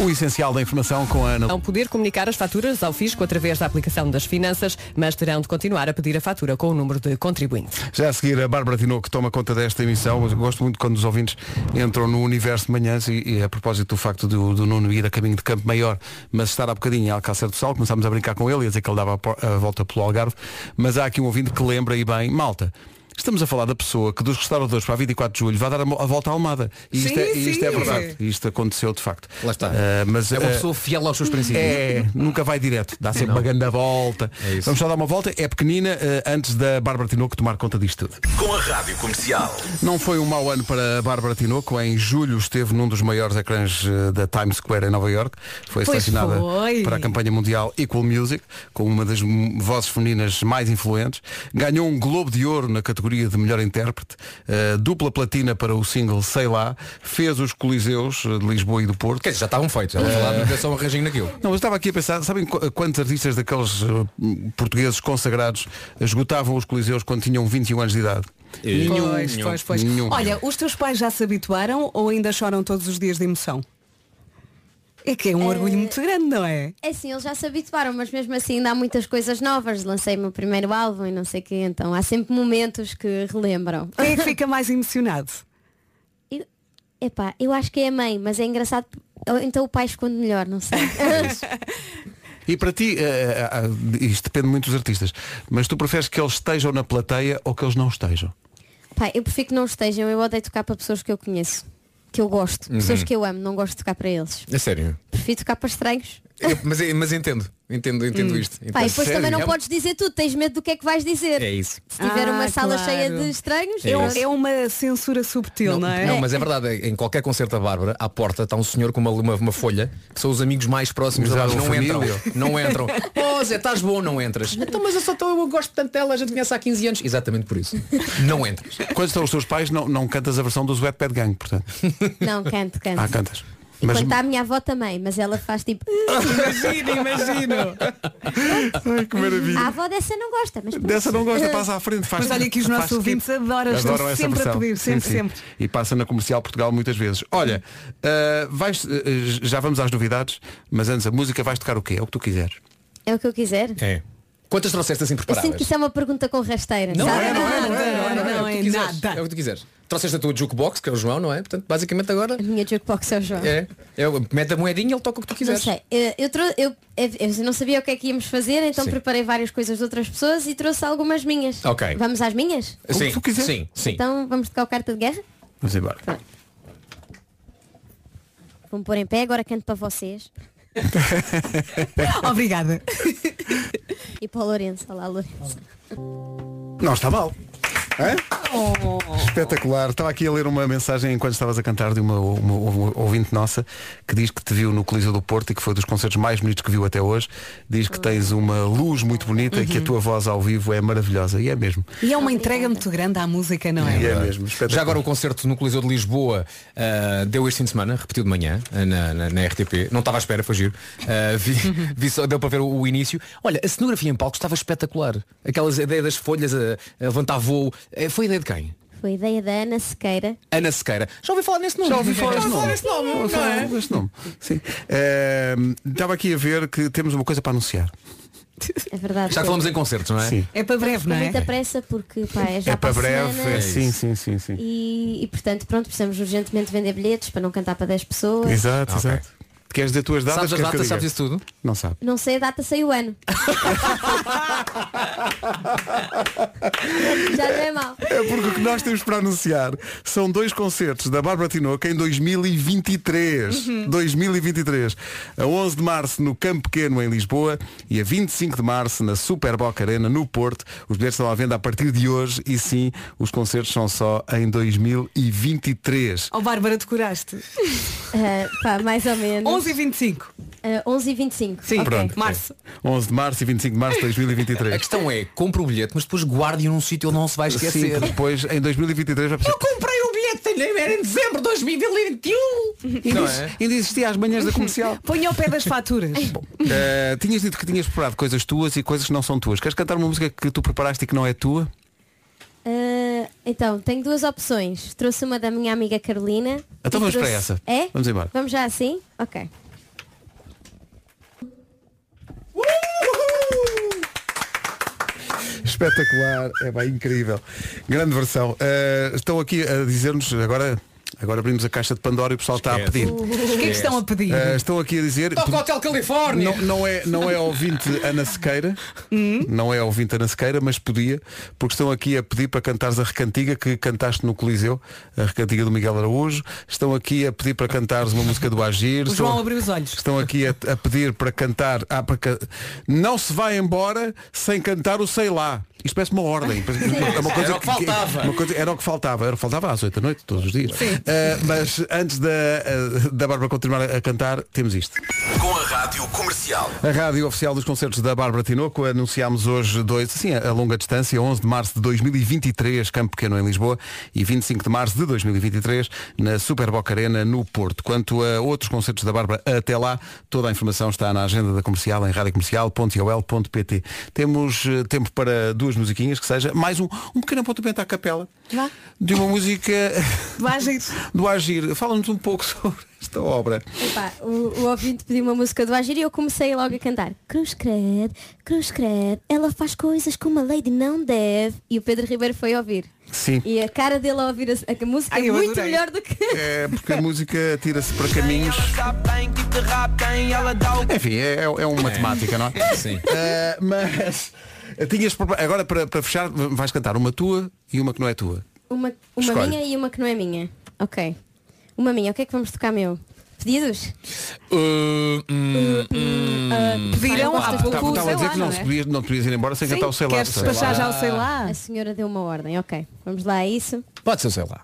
S2: o essencial da informação com a Ana.
S12: Vão poder comunicar as faturas ao fisco através da aplicação das finanças, mas terão de continuar a pedir a fatura com o número de contribuinte.
S2: Já a seguir a Bárbara Tinoco que toma conta desta emissão. Eu gosto muito quando os ouvintes entram no universo de manhãs e, e a propósito do facto do, do Nuno ir a caminho de Campo Maior, mas estar há bocadinho em Alcácer do Sal, começámos a brincar com ele e a dizer que ele dava a, po- a volta pelo Algarve, mas há aqui um ouvinte que lembra e bem, malta. Estamos a falar da pessoa que dos restauradores para a 24 de julho vai dar a, mo- a volta à Almada. E isto,
S4: Sim,
S2: é, e isto é
S4: sim.
S2: verdade. E Isto aconteceu de facto.
S1: Lá está.
S2: Ah, mas,
S1: é uma
S2: ah,
S1: pessoa fiel aos seus princípios.
S2: é, nunca vai direto. Dá sempre
S1: Não.
S2: uma grande volta. Vamos só dar uma volta. É pequenina eh, antes da Bárbara Tinoco tomar conta disto tudo.
S7: Com a Rádio Comercial.
S2: Não foi um mau ano para a Bárbara Tinoco. Em julho esteve num dos maiores ecrãs eh, da Times Square em Nova York. Foi
S4: Pois
S2: selecionada
S4: foi.
S2: para a campanha mundial Equal Music, com uma das m- vozes femininas mais influentes. Ganhou um Globo de Ouro na categoria de melhor intérprete, eh, dupla platina para o single Sei Lá, fez os Coliseus eh, de Lisboa e do Porto.
S1: Quer dizer, já estavam feitos. Vamos falar de só um arranjinho naquilo.
S2: Não, mas estava aqui a pensar, sabem qu- quantos artistas daqueles eh, portugueses consagrados esgotavam os coliseus quando tinham 21 anos de idade?
S4: Pois, pois, pois.
S2: Nenhum.
S4: Olha, os teus pais já se habituaram ou ainda choram todos os dias de emoção? É que é um orgulho muito grande, não é?
S8: É sim, eles já se habituaram, mas mesmo assim ainda há muitas coisas novas. Lancei o meu primeiro álbum e não sei o quê, então há sempre momentos que relembram.
S4: Quem é que fica mais emocionado?
S8: Eu- Epá, eu acho que é a mãe, mas é engraçado. ou Então o pai esconde melhor, não sei.
S1: É
S2: E para ti, eh, ah, ah, isto depende muito dos artistas, mas tu preferes que eles estejam na plateia ou que eles não estejam?
S8: Pá, eu prefiro que não estejam, eu odeio tocar para pessoas que eu conheço, que eu gosto,
S1: Uhum.
S8: pessoas que eu amo, não gosto de tocar para eles.
S1: É sério.
S8: Prefiro tocar para estranhos.
S1: Eu- mas, mas entendo, entendo, entendo
S8: Hum.
S1: isto. Entendo.
S8: Pá, e depois também não
S1: É-
S8: podes dizer tudo, tens medo do que é que vais dizer.
S1: É isso.
S8: Se tiver uma
S4: Ah,
S8: sala
S4: claro.
S8: cheia de estranhos,
S1: É
S4: É, um-
S1: isso.
S4: é uma censura subtil, não, é?
S1: Não, mas é verdade, em qualquer concerto da Bárbara, à porta está um senhor com uma, uma, uma folha, que são os amigos mais próximos da
S2: Exato,
S1: Bárbara. Não
S2: uma
S1: entram.
S2: família.
S1: Não entram. Oh Zé, estás bom, não entras. Então, mas eu só tô, eu gosto tanto dela, a gente conhece há 15 anos. Exatamente por isso. Não entras.
S2: Quando estão os teus pais, não, não cantas a versão do Wet Bad Gang, portanto.
S8: não, canto, canto.
S2: Ah, cantas. Mas-
S8: Enquanto a minha avó também, mas ela faz tipo.
S2: Imagino,
S4: imagino.
S2: Ai, que maravilha.
S8: "Ah, A avó dessa não gosta, mas pronto.
S2: Dessa não gosta, passa à frente, faz
S4: Ah. Mas olha que os nossos
S2: faz tipo
S4: ouvintes adoram, estão
S2: Adoram essa
S4: sempre
S2: versão.
S4: a pedir,
S2: Sim,
S4: sempre,
S2: sim.
S4: sempre.
S2: E passa na comercial Portugal muitas vezes. Olha, ah, vais, ah, já vamos às novidades, mas antes a música vais tocar o quê? É o que tu quiseres.
S8: É o que eu quiser.
S1: É. Quantas trouxeste assim
S8: Eu sinto que
S1: preparadas?
S8: isso é uma pergunta com rasteira,
S1: Não
S8: sabe?
S1: é, não é, não é, não é, não é,
S4: não
S1: o que
S4: é
S1: tu quiseres. É o que tu quiseres. Trouxeste a tua jukebox, que é o João, não é? Portanto, basicamente agora.
S8: A minha jukebox é o João.
S1: É. é o- mete a moedinha e ele toca o que tu
S8: Não
S1: quiseres.
S8: sei. Eh, Eu, trou- eu, eu não sabia o que é que íamos fazer, então
S1: Sim.
S8: preparei várias coisas de outras pessoas e trouxe algumas minhas.
S1: Ok.
S8: Vamos às minhas?
S1: Sim, sim, sim.
S8: Então vamos tocar o carta de guerra?
S2: Vamos embora.
S8: Vou-me pôr em pé, agora canto para vocês.
S4: Obrigada.
S8: E para o Lourenço. Olá, Lourenço.
S2: Não está mal. Hã?
S4: Oh.
S2: Espetacular. Estava aqui a ler uma mensagem enquanto estavas a cantar de uma, uma- uma ouvinte nossa que diz que te viu no Coliseu do Porto e que foi dos concertos mais bonitos que viu até hoje. Diz que tens uma luz muito bonita e que
S4: Uhum.
S2: a tua voz ao vivo é maravilhosa. E é mesmo.
S4: E é uma entrega muito grande à música, não é?
S2: E é mesmo.
S1: Já agora o concerto no Coliseu de Lisboa ah, deu este fim de semana, repetiu de manhã, ah, na, na- na RTP. Não estava à espera, foi giro. Ah, vi, vi só- deu para ver o, o início. Olha, a cenografia em palco estava espetacular. Aquelas ideias das folhas a, a levantar voo. Eh, Foi ideia de quem?
S8: Foi ideia da Ana Sequeira.
S1: Ana Sequeira. Já ouvi falar nesse nome.
S2: Já ouvi falar deste nome.
S1: nesse nome.
S2: Já
S1: não
S2: ouvi falar
S1: é?
S2: deste nome. Sim. Eh, estava aqui a ver que temos uma coisa para anunciar.
S8: É verdade.
S1: Já que falamos em concertos, não é?
S2: Sim.
S4: É para breve,
S8: Com muita pressa porque pá, é já
S2: É para
S8: a
S2: breve.
S8: semana.
S2: é- sim, sim, sim, sim.
S8: E, e, portanto, pronto, precisamos urgentemente vender bilhetes para não cantar para 10 pessoas.
S2: Exato, exato. Queres dizer tuas datas?
S1: Sabes
S2: Queres
S1: as
S2: que eu
S1: datas,
S2: diga?
S1: sabes isso tudo?
S2: Não sabe.
S8: Não sei a data, sei o ano. Já não é mau.
S2: É porque o que nós temos para anunciar são dois concertos da Bárbara Tinoca em 2023. 2023. A 11 de março no Campo Pequeno em Lisboa e a 25 de março na Super Boca Arena no Porto. Os bilhetes estão à venda a partir de hoje e sim, os concertos são só em 2023.
S4: Ó Bárbara, decoraste.
S8: Ah, pá, mais ou menos.
S4: 11 e 25.
S8: 11 e 25.
S4: Sim,
S2: Pronto.
S4: março.
S2: 11 de março e 25 de março de 2023.
S1: A questão é, compra o bilhete, mas depois guarde-o num sítio onde não se vai
S2: Sim,
S1: esquecer.
S2: porque depois em 2023 vai precisar.
S1: comprei o bilhete, era em dezembro de 2021.
S2: Ainda ainda existia às manhãs da comercial.
S4: Põe ao pé das faturas.
S2: Uh, tinhas dito que tinhas preparado coisas tuas e coisas que não são tuas. Queres cantar uma música que tu preparaste e que não é tua?
S8: Ah, então, tenho duas opções. Trouxe uma da minha amiga Carolina.
S2: Então
S8: e
S2: vamos para
S8: trouxe-
S2: essa.
S8: É?
S2: Vamos embora.
S8: Vamos já assim? Ok.
S2: Espetacular, é bem incrível. Grande versão. Uh, estão aqui a dizer-nos agora. Agora abrimos a caixa de Pandora e o pessoal está a pedir.
S4: O que é que estão a pedir?
S2: Uh, estão aqui a dizer.
S1: Toca o Hotel Califórnia.
S2: Não, não é, não é ouvinte Ana Sequeira.
S4: Hum?
S2: Não é ouvinte Ana Sequeira, mas podia, porque estão aqui a pedir para cantares a recantiga que cantaste no Coliseu, a recantiga do Miguel Araújo. Estão aqui a pedir para cantares uma música do Agir.
S4: O
S2: Estão-
S4: João abriu os olhos.
S2: Estão aqui a, a pedir para cantar. Ah, para ca- Não se vai embora sem cantar o sei lá. Isto parece uma ordem. Parece- é uma
S1: Era o que faltava.
S2: uma coisa- era o que faltava. Era o que faltava às 8 da noite, todos os dias. Ah, mas antes da, ah, da Bárbara continuar a cantar, temos isto.
S7: Com a rádio comercial.
S2: A rádio oficial dos concertos da Bárbara Tinoco anunciámos hoje dois, sim, a longa distância, 11 de março de 2023, Campo Pequeno em Lisboa, e 25 de março de 2023, na Super Boca Arena, no Porto. Quanto a outros concertos da Bárbara até lá, toda a informação está na agenda da comercial, em radiocomercial.iol.pt. Temos eh, tempo para duas musiquinhas, que seja mais um, um pequeno apontamento à capela
S4: Vá.
S2: de uma música
S4: Vá, gente.
S2: do Agir. Fala-nos um pouco sobre esta obra.
S8: Epá, o, o ouvinte pediu uma música do Agir e eu comecei logo a cantar Cruz Credo, Cruz Credo, ela faz coisas que uma lady não deve E o Pedro Ribeiro foi ouvir
S2: Sim.
S8: E a cara dele a ouvir a, a música
S4: Ai,
S8: é
S4: eu
S8: muito
S4: adorei.
S8: melhor do que
S2: É porque a música tira-se para caminhos. Enfim, é, é- é uma temática, não é?
S1: Sim.
S2: Eh, mas eh, tinhas prepar- agora para, para fechar vais cantar uma tua e uma que não é tua.
S8: Uma, uma
S2: Escolhe.
S8: minha e uma que não é minha Ok Uma minha, o que é que vamos tocar meu? Pedidos?
S1: Uh, hum, hum.
S4: Pediram
S8: Ah,
S4: há
S8: tá,
S4: pouco,
S2: Estava a
S4: sei
S2: dizer
S4: lá,
S2: que não,
S4: não
S2: se
S4: é?
S2: podias, não te podias ir embora sem cantar o sei lá.
S4: Queres
S2: sei lá.
S4: despachar já o sei lá?
S8: A senhora deu uma ordem, ok Vamos lá a isso
S1: Pode ser, sei lá.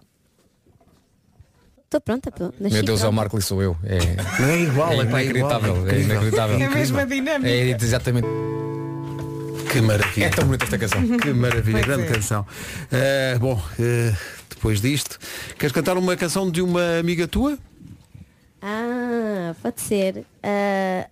S8: Estou pronta, pô. Nasci
S1: Meu Deus, é o
S8: pronta.
S1: Marco e sou eu. É,
S2: Não É igual,
S1: é
S2: é, pá, é igual,
S1: inacreditável. É
S2: incrível.
S1: inacreditável.
S4: É a mesma dinâmica.
S1: É exatamente.
S2: Que maravilha.
S1: É tão bonita esta canção.
S2: Que maravilha,
S4: Pois
S2: grande
S4: é.
S2: canção. Eh, bom, eh, depois disto, queres cantar uma canção de uma amiga tua?
S8: Ah, Pode ser. Ah,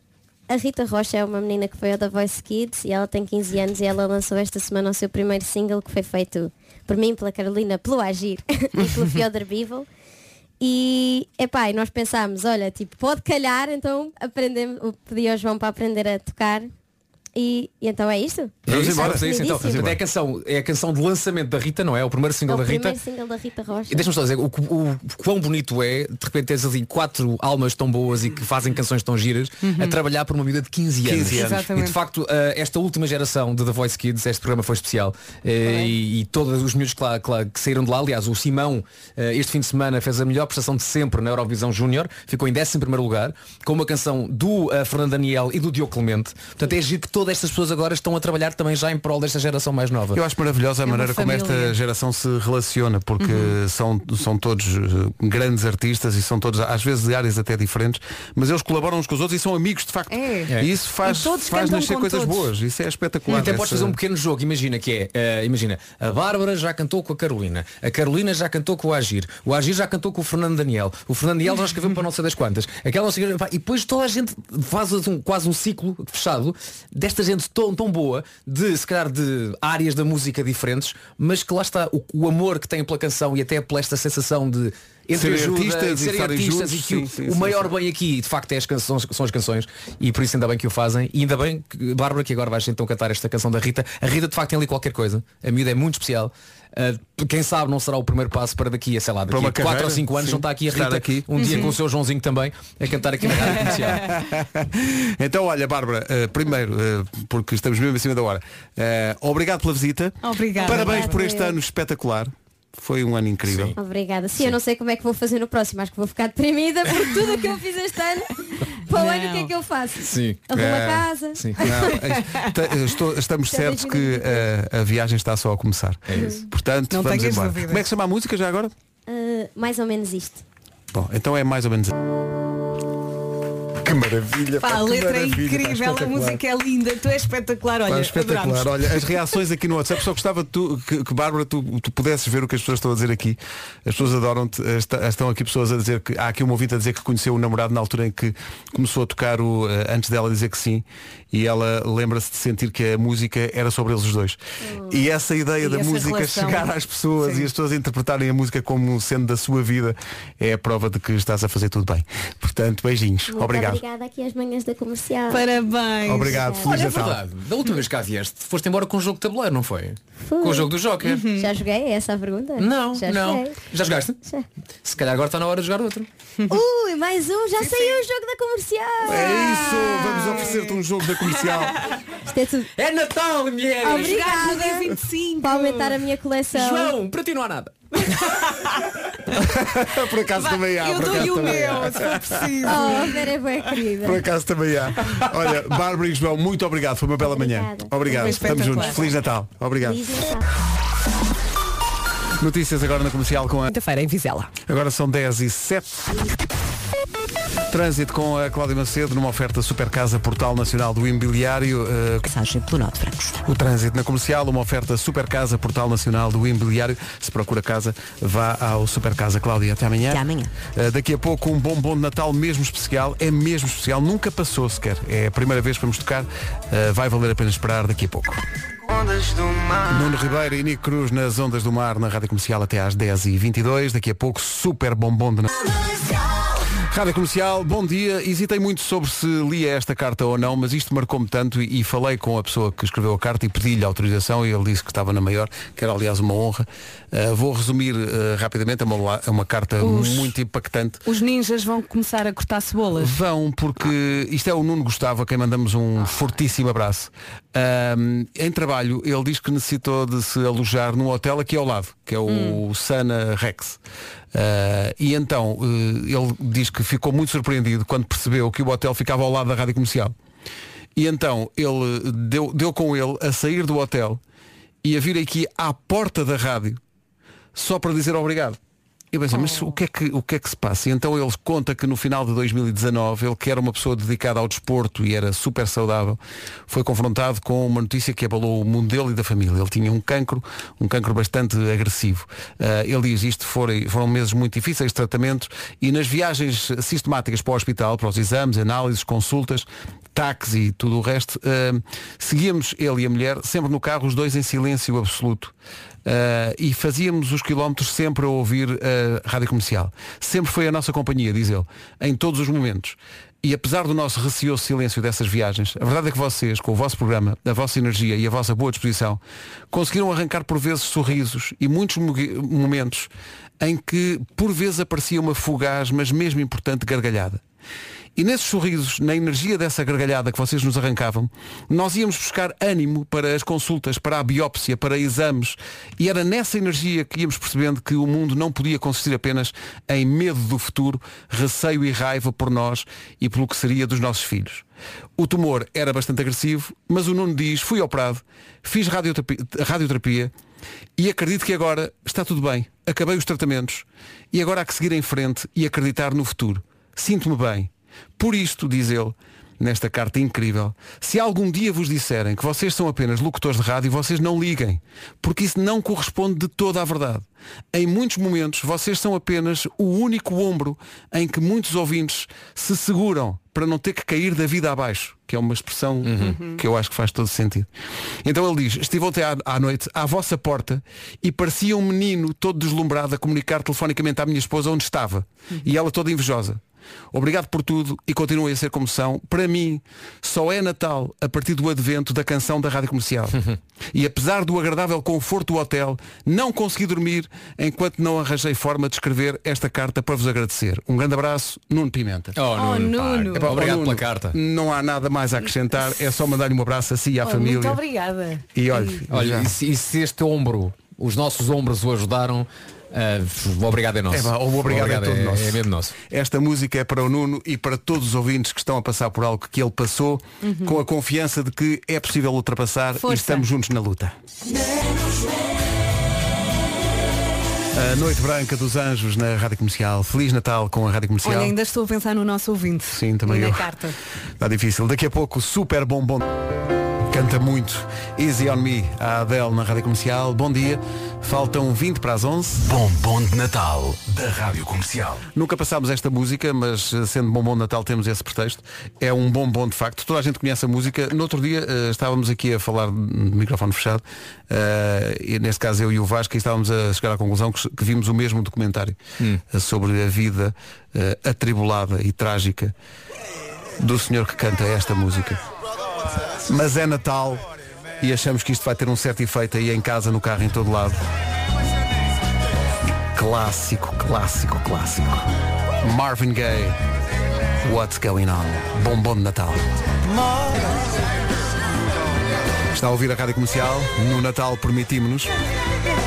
S8: a Rita Rocha é uma menina que foi ao The Voice Kids e ela tem 15 anos e ela lançou esta semana o seu primeiro single que foi feito por mim, pela Carolina, pelo Agir e pelo Fiodor Bevel. E, epá, e nós pensámos, olha, tipo, pode calhar, então aprendemos, eu pedi ao João para aprender a tocar e, e então é isto.
S1: Vamos embora. É isso, então.
S8: Lindíssimo.
S1: Portanto, é, a canção, é a canção de lançamento da Rita, não é? O primeiro
S8: É
S1: single
S8: o
S1: da Rita.
S8: primeiro single da Rita Rocha.
S1: E deixa-me só dizer, o, cu- o quão bonito é, de repente tens ali quatro almas tão boas e que fazem canções tão giras
S8: Uhum.
S1: a trabalhar por uma miúda de 15 anos.
S2: 15 anos. Exatamente.
S1: E de facto, eh, esta última geração de The Voice Kids, este programa foi especial. Eh, e, e todos os miúdos que, lá- que lá- que saíram de lá, aliás, o Simão eh, este fim de semana fez a melhor prestação de sempre na Eurovisão Júnior, ficou em 11 primeiro lugar, com uma canção do eh, Fernando Daniel e do Diogo Clemente. Portanto, é giro que todas estas pessoas agora estão a trabalhar também já em prol desta geração mais nova.
S2: Eu acho maravilhosa a
S1: É uma
S2: maneira como esta
S1: família.
S2: geração se relaciona, porque são, são todos eh, grandes artistas e são todos, às vezes, de áreas até diferentes, mas eles colaboram uns com os outros e são amigos, de facto.
S4: É.
S2: E isso faz,
S4: E todos
S2: faz
S4: cantam
S2: nascer
S4: com
S2: coisas
S4: todos.
S2: boas. Isso é espetacular.
S1: Até podes
S2: Essa-
S1: fazer um pequeno jogo, imagina que é, eh, imagina, a Bárbara já cantou com a Carolina, a Carolina já cantou com o Agir, o Agir já cantou com o Fernando Daniel, o Fernando Daniel já escreveu para não sei das quantas, aquela não sei, pá, e depois toda a gente faz um- quase um ciclo fechado desta gente tão, tão boa, de se calhar de áreas da música diferentes, mas que lá está o, o amor que têm pela canção e até pela esta sensação de entre
S2: Serem artistas e
S1: de serem
S2: estarem
S1: artistas
S2: juntos,
S1: e que o-
S2: sim, sim,
S1: o
S2: sim,
S1: maior
S2: sim.
S1: bem aqui, de facto, é as canções, são as canções e por isso ainda bem que o fazem. E ainda bem, que, Bárbara, que agora vais então cantar esta canção da Rita. A Rita, de facto, tem ali qualquer coisa. A miúda é muito especial. Uh, quem sabe não será o primeiro passo para daqui a, sei lá,
S2: Para
S1: daqui
S2: uma
S1: a 4
S2: carreira,
S1: ou 5 anos
S2: sim.
S1: não está aqui a
S2: Estar
S1: Rita
S2: aqui.
S1: um dia
S2: Uhum.
S1: com o seu Joãozinho também a cantar aqui na rádio comercial.
S2: então, olha, Bárbara, eh, primeiro, eh, porque estamos mesmo em cima da hora, eh, obrigado pela visita.
S4: Obrigada.
S2: Parabéns por
S8: Obrigada.
S2: este ano espetacular. Foi um ano incrível.
S8: Obrigada. Sim, eu não sei como é que vou fazer no próximo. Acho que vou ficar deprimida por tudo o que eu fiz este ano. Para o ano, o que é que eu faço? Arrumo
S2: É,
S8: a casa.
S2: sim. Não, é te- estou- estamos
S8: Também
S2: certos
S8: fica
S2: que eh, a, viagem está só a começar.
S1: É isso.
S2: Portanto,
S8: Não
S2: vamos
S8: tenhas
S2: embora.
S8: dúvidas.
S2: Como é que se chama a música já agora?
S8: Ah, mais ou menos isto.
S2: Bom, então é mais ou menos. Que maravilha!
S4: Pá,
S2: pá,
S4: a
S2: que
S4: letra é
S2: maravilha, pá,
S4: incrível, a
S2: espetacular.
S4: música é linda, tu és espetacular, olha,
S2: Pá, espetacular.
S4: adorámos.
S2: Olha, as reações aqui no WhatsApp, só gostava tu, que, que Bárbara, tu, tu pudesses ver o que as pessoas estão a dizer aqui. As pessoas adoram-te. Esta- Estão aqui pessoas a dizer que há aqui um ouvinte a dizer que conheceu o namorado na altura em que começou a tocar o eh, antes dela dizer que sim. E ela lembra-se de sentir que a música era sobre eles os dois. E essa ideia
S11: E
S2: da
S11: essa
S2: música
S11: relação.
S2: chegar às pessoas e as pessoas interpretarem a música como sendo da sua vida é a prova de que estás a fazer tudo bem. Portanto, beijinhos.
S8: Muito
S2: Obrigado.
S8: Obrigada aqui às manhãs da comercial.
S4: Parabéns.
S2: Obrigado, Feliz
S1: Olha, é
S2: Natal.
S1: verdade. Da última vez que cá vieste, foste embora com um jogo de tabuleiro, não foi? Com o jogo do Joker.
S8: Já joguei? É essa a pergunta?
S1: Não,
S8: já
S1: não.
S8: Joguei.
S1: Já jogaste? Se calhar agora está na hora de jogar outro.
S8: Ui, mais um, já saiu o jogo da comercial.
S2: É isso, vamos oferecer-te um jogo da comercial.
S8: Isto é tudo.
S1: É Natal, mulheres!
S8: Obrigada.
S4: Jogar no dia 25.
S8: Para aumentar a minha coleção.
S1: João, para ti não há nada.
S2: Ah, por acaso
S1: Vá,
S2: também há.
S1: eu
S2: por
S1: dou-lhe
S2: acaso
S1: o
S2: também é.
S1: meu,
S2: há.
S1: se for preciso.
S8: Oh, a Vera é bem querida.
S2: Por acaso também há. Olha, Bárbara e João, muito obrigado. Foi uma bela manhã.
S8: Obrigada.
S2: Obrigado.
S8: Foi
S2: Estamos
S8: espetacular.
S2: juntos. Feliz Natal. Obrigado.
S8: Feliz Natal.
S2: Notícias agora na comercial com a.
S12: Quinta-feira em Vizela.
S2: Agora são 10 e 7. Trânsito com a Cláudia Macedo numa oferta Super Casa Portal Nacional do Imobiliário. eh, O trânsito na comercial, uma oferta Super Casa Portal Nacional do Imobiliário. Se procura casa, vá ao Super Casa Cláudia. Até amanhã.
S12: Até amanhã.
S2: Eh, daqui a pouco um bombom de Natal mesmo especial. É mesmo especial. Nunca passou sequer. É a primeira vez que vamos tocar. Eh, vai valer a pena esperar daqui a pouco.
S7: Ondas do mar.
S2: Nuno Ribeiro e Nico Cruz nas Ondas do Mar, na Rádio Comercial, até às 10h22. Daqui a pouco, super bombom de Natal. Rádio Comercial, bom dia. Hesitei muito sobre se lia esta carta ou não, mas isto marcou-me tanto e, e falei com a pessoa que escreveu a carta e pedi-lhe autorização e ele disse que estava na maior, que era aliás uma honra. Ah, vou resumir ah, rapidamente, é uma, la- é uma carta
S4: Os-
S2: muito impactante.
S4: Os ninjas vão começar a cortar cebolas.
S2: Vão, porque isto é o Nuno Gustavo, a quem mandamos um fortíssimo abraço. Ahm, em trabalho, ele diz que necessitou de se alojar num hotel aqui ao lado, que é o Sana Rex. Ah, e então, eh, ele diz que ficou muito surpreendido quando percebeu que o hotel ficava ao lado da rádio comercial. E então, ele eh, deu, deu com ele a sair do hotel e a vir aqui à porta da rádio só para dizer obrigado. Eu pensei, mas o que, é que, o que é que se passa? E então ele conta que no final de 2019, ele que era uma pessoa dedicada ao desporto e era super saudável, foi confrontado com uma notícia que abalou o mundo dele e da família. Ele tinha um cancro, um cancro bastante agressivo. Ah, ele diz, isto foi, foram meses muito difíceis de tratamento e nas viagens sistemáticas para o hospital, para os exames, análises, consultas, táxis e tudo o resto, ah, seguíamos ele e a mulher, sempre no carro, os dois em silêncio absoluto. Ah, e fazíamos os quilómetros sempre a ouvir a rádio comercial. Sempre foi a nossa companhia, diz ele, em todos os momentos. E apesar do nosso receoso silêncio dessas viagens, a verdade é que vocês, com o vosso programa, a vossa energia e a vossa boa disposição, conseguiram arrancar por vezes sorrisos e muitos mo- momentos em que por vezes aparecia uma fugaz, mas mesmo importante, gargalhada. E nesses sorrisos, na energia dessa gargalhada que vocês nos arrancavam, nós íamos buscar ânimo para as consultas, para a biópsia, para exames. E era nessa energia que íamos percebendo que o mundo não podia consistir apenas em medo do futuro, receio e raiva por nós e pelo que seria dos nossos filhos. O tumor era bastante agressivo, mas o Nuno diz, fui operado, fiz radioterapia, radioterapia e acredito que agora está tudo bem. Acabei os tratamentos e agora há que seguir em frente e acreditar no futuro. Sinto-me bem. Por isto, diz ele, nesta carta incrível, se algum dia vos disserem que vocês são apenas locutores de rádio, vocês não liguem, porque isso não corresponde de toda à verdade. Em muitos momentos, vocês são apenas o único ombro em que muitos ouvintes se seguram para não ter que cair da vida abaixo, que é uma expressão que eu acho que faz todo sentido. Então ele diz, estive ontem à, à noite à vossa porta e parecia um menino todo deslumbrado a comunicar telefonicamente à minha esposa onde estava. E ela toda invejosa. Obrigado por tudo e continuem a ser como são. Para mim, só é Natal a partir do advento da canção da Rádio Comercial. e apesar do agradável conforto do hotel, não consegui dormir enquanto não arranjei forma de escrever esta carta para vos agradecer. Um grande abraço, Nuno Pimenta.
S1: Oh, Oh, Nuno, pá. Nuno. Hum.
S2: Epá,
S1: Obrigado
S2: oh,
S1: pela carta. Oh,
S2: Não há nada mais a acrescentar, é só mandar-lhe um abraço a si e à
S4: Olha,
S2: família.
S4: Muito obrigada.
S2: E olha, já.
S1: Olha, e se, e se este ombro, os nossos ombros o ajudaram, ah, f- obrigado é nosso.
S2: É, pá, o obrigado, é todo nosso.
S1: É mesmo nosso.
S2: Esta música é para o Nuno e para todos os ouvintes que estão a passar por algo que ele passou,
S11: Uhum.
S2: com a confiança de que é possível ultrapassar e
S11: Força.
S2: estamos juntos na luta. A Noite Branca dos Anjos na Rádio Comercial. Feliz Natal com a Rádio Comercial.
S4: Olha, ainda estou a pensar no nosso ouvinte.
S2: Sim, também
S4: e na
S2: eu.
S4: carta.
S2: Está Tá difícil. Daqui a pouco, Super Bombom. Canta muito. Easy on Me, a Adele na Rádio Comercial. Bom dia. Faltam 20 para as 11. Bombom de Natal da Rádio Comercial. Nunca passámos esta música, mas eh, sendo bombom de Natal temos esse pretexto. É um bombom de facto. Toda a gente conhece a música. No outro dia eh, estávamos aqui a falar de microfone fechado. eh, e neste caso eu e o Vasco e estávamos a chegar à conclusão que, que vimos o mesmo documentário
S11: Hum.
S2: eh, sobre a vida eh, atribulada e trágica do senhor que canta esta música. Mas é Natal e achamos que isto vai ter um certo efeito aí em casa, no carro, em todo lado. Clássico, clássico, clássico. Marvin Gaye, What's Going On? Bombom de Natal. Está a ouvir a rádio comercial? No Natal permitimos-nos.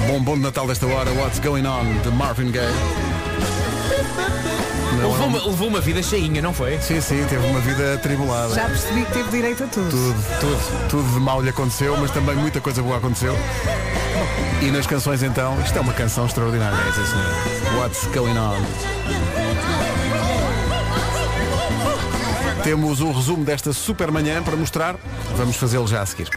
S2: Bombom de Natal desta hora, What's Going On? de Marvin Gaye. Não
S1: levou,
S2: é um-
S1: uma, levou uma vida cheinha, não foi?
S2: Sim, sim, teve uma vida atribulada.
S4: Já percebi que teve direito a tudo.
S2: Tudo, tudo, tudo de mal lhe aconteceu, mas também muita coisa boa aconteceu. E nas canções então, isto é uma canção extraordinária. É, sim, senhor. What's going on? Temos um resumo desta super manhã para mostrar. Vamos fazê-lo já a seguir.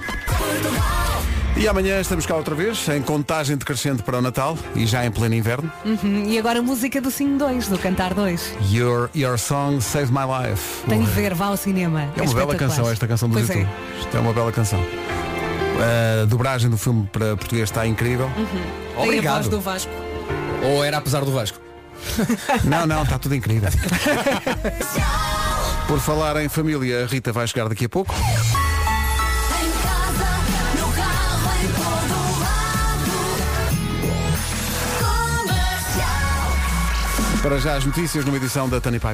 S2: E amanhã estamos cá outra vez, em contagem decrescente para o Natal e já em pleno inverno.
S4: Uhum, E agora a música do Sim 2, do Cantar 2.
S2: Your, your song saved my life.
S4: Tenho de ver, vá ao cinema.
S2: É uma bela
S4: espetacular.
S2: canção esta canção do
S4: pois
S2: YouTube.
S4: É.
S2: Isto é uma bela canção. A dobragem do filme para português está incrível.
S12: Tem a voz
S2: Obrigado.
S12: do Vasco.
S1: Ou era apesar do Vasco?
S2: Não, não, está tudo incrível. Por falar em família, a Rita vai chegar daqui a pouco. Para já as notícias numa edição da Tani Pai.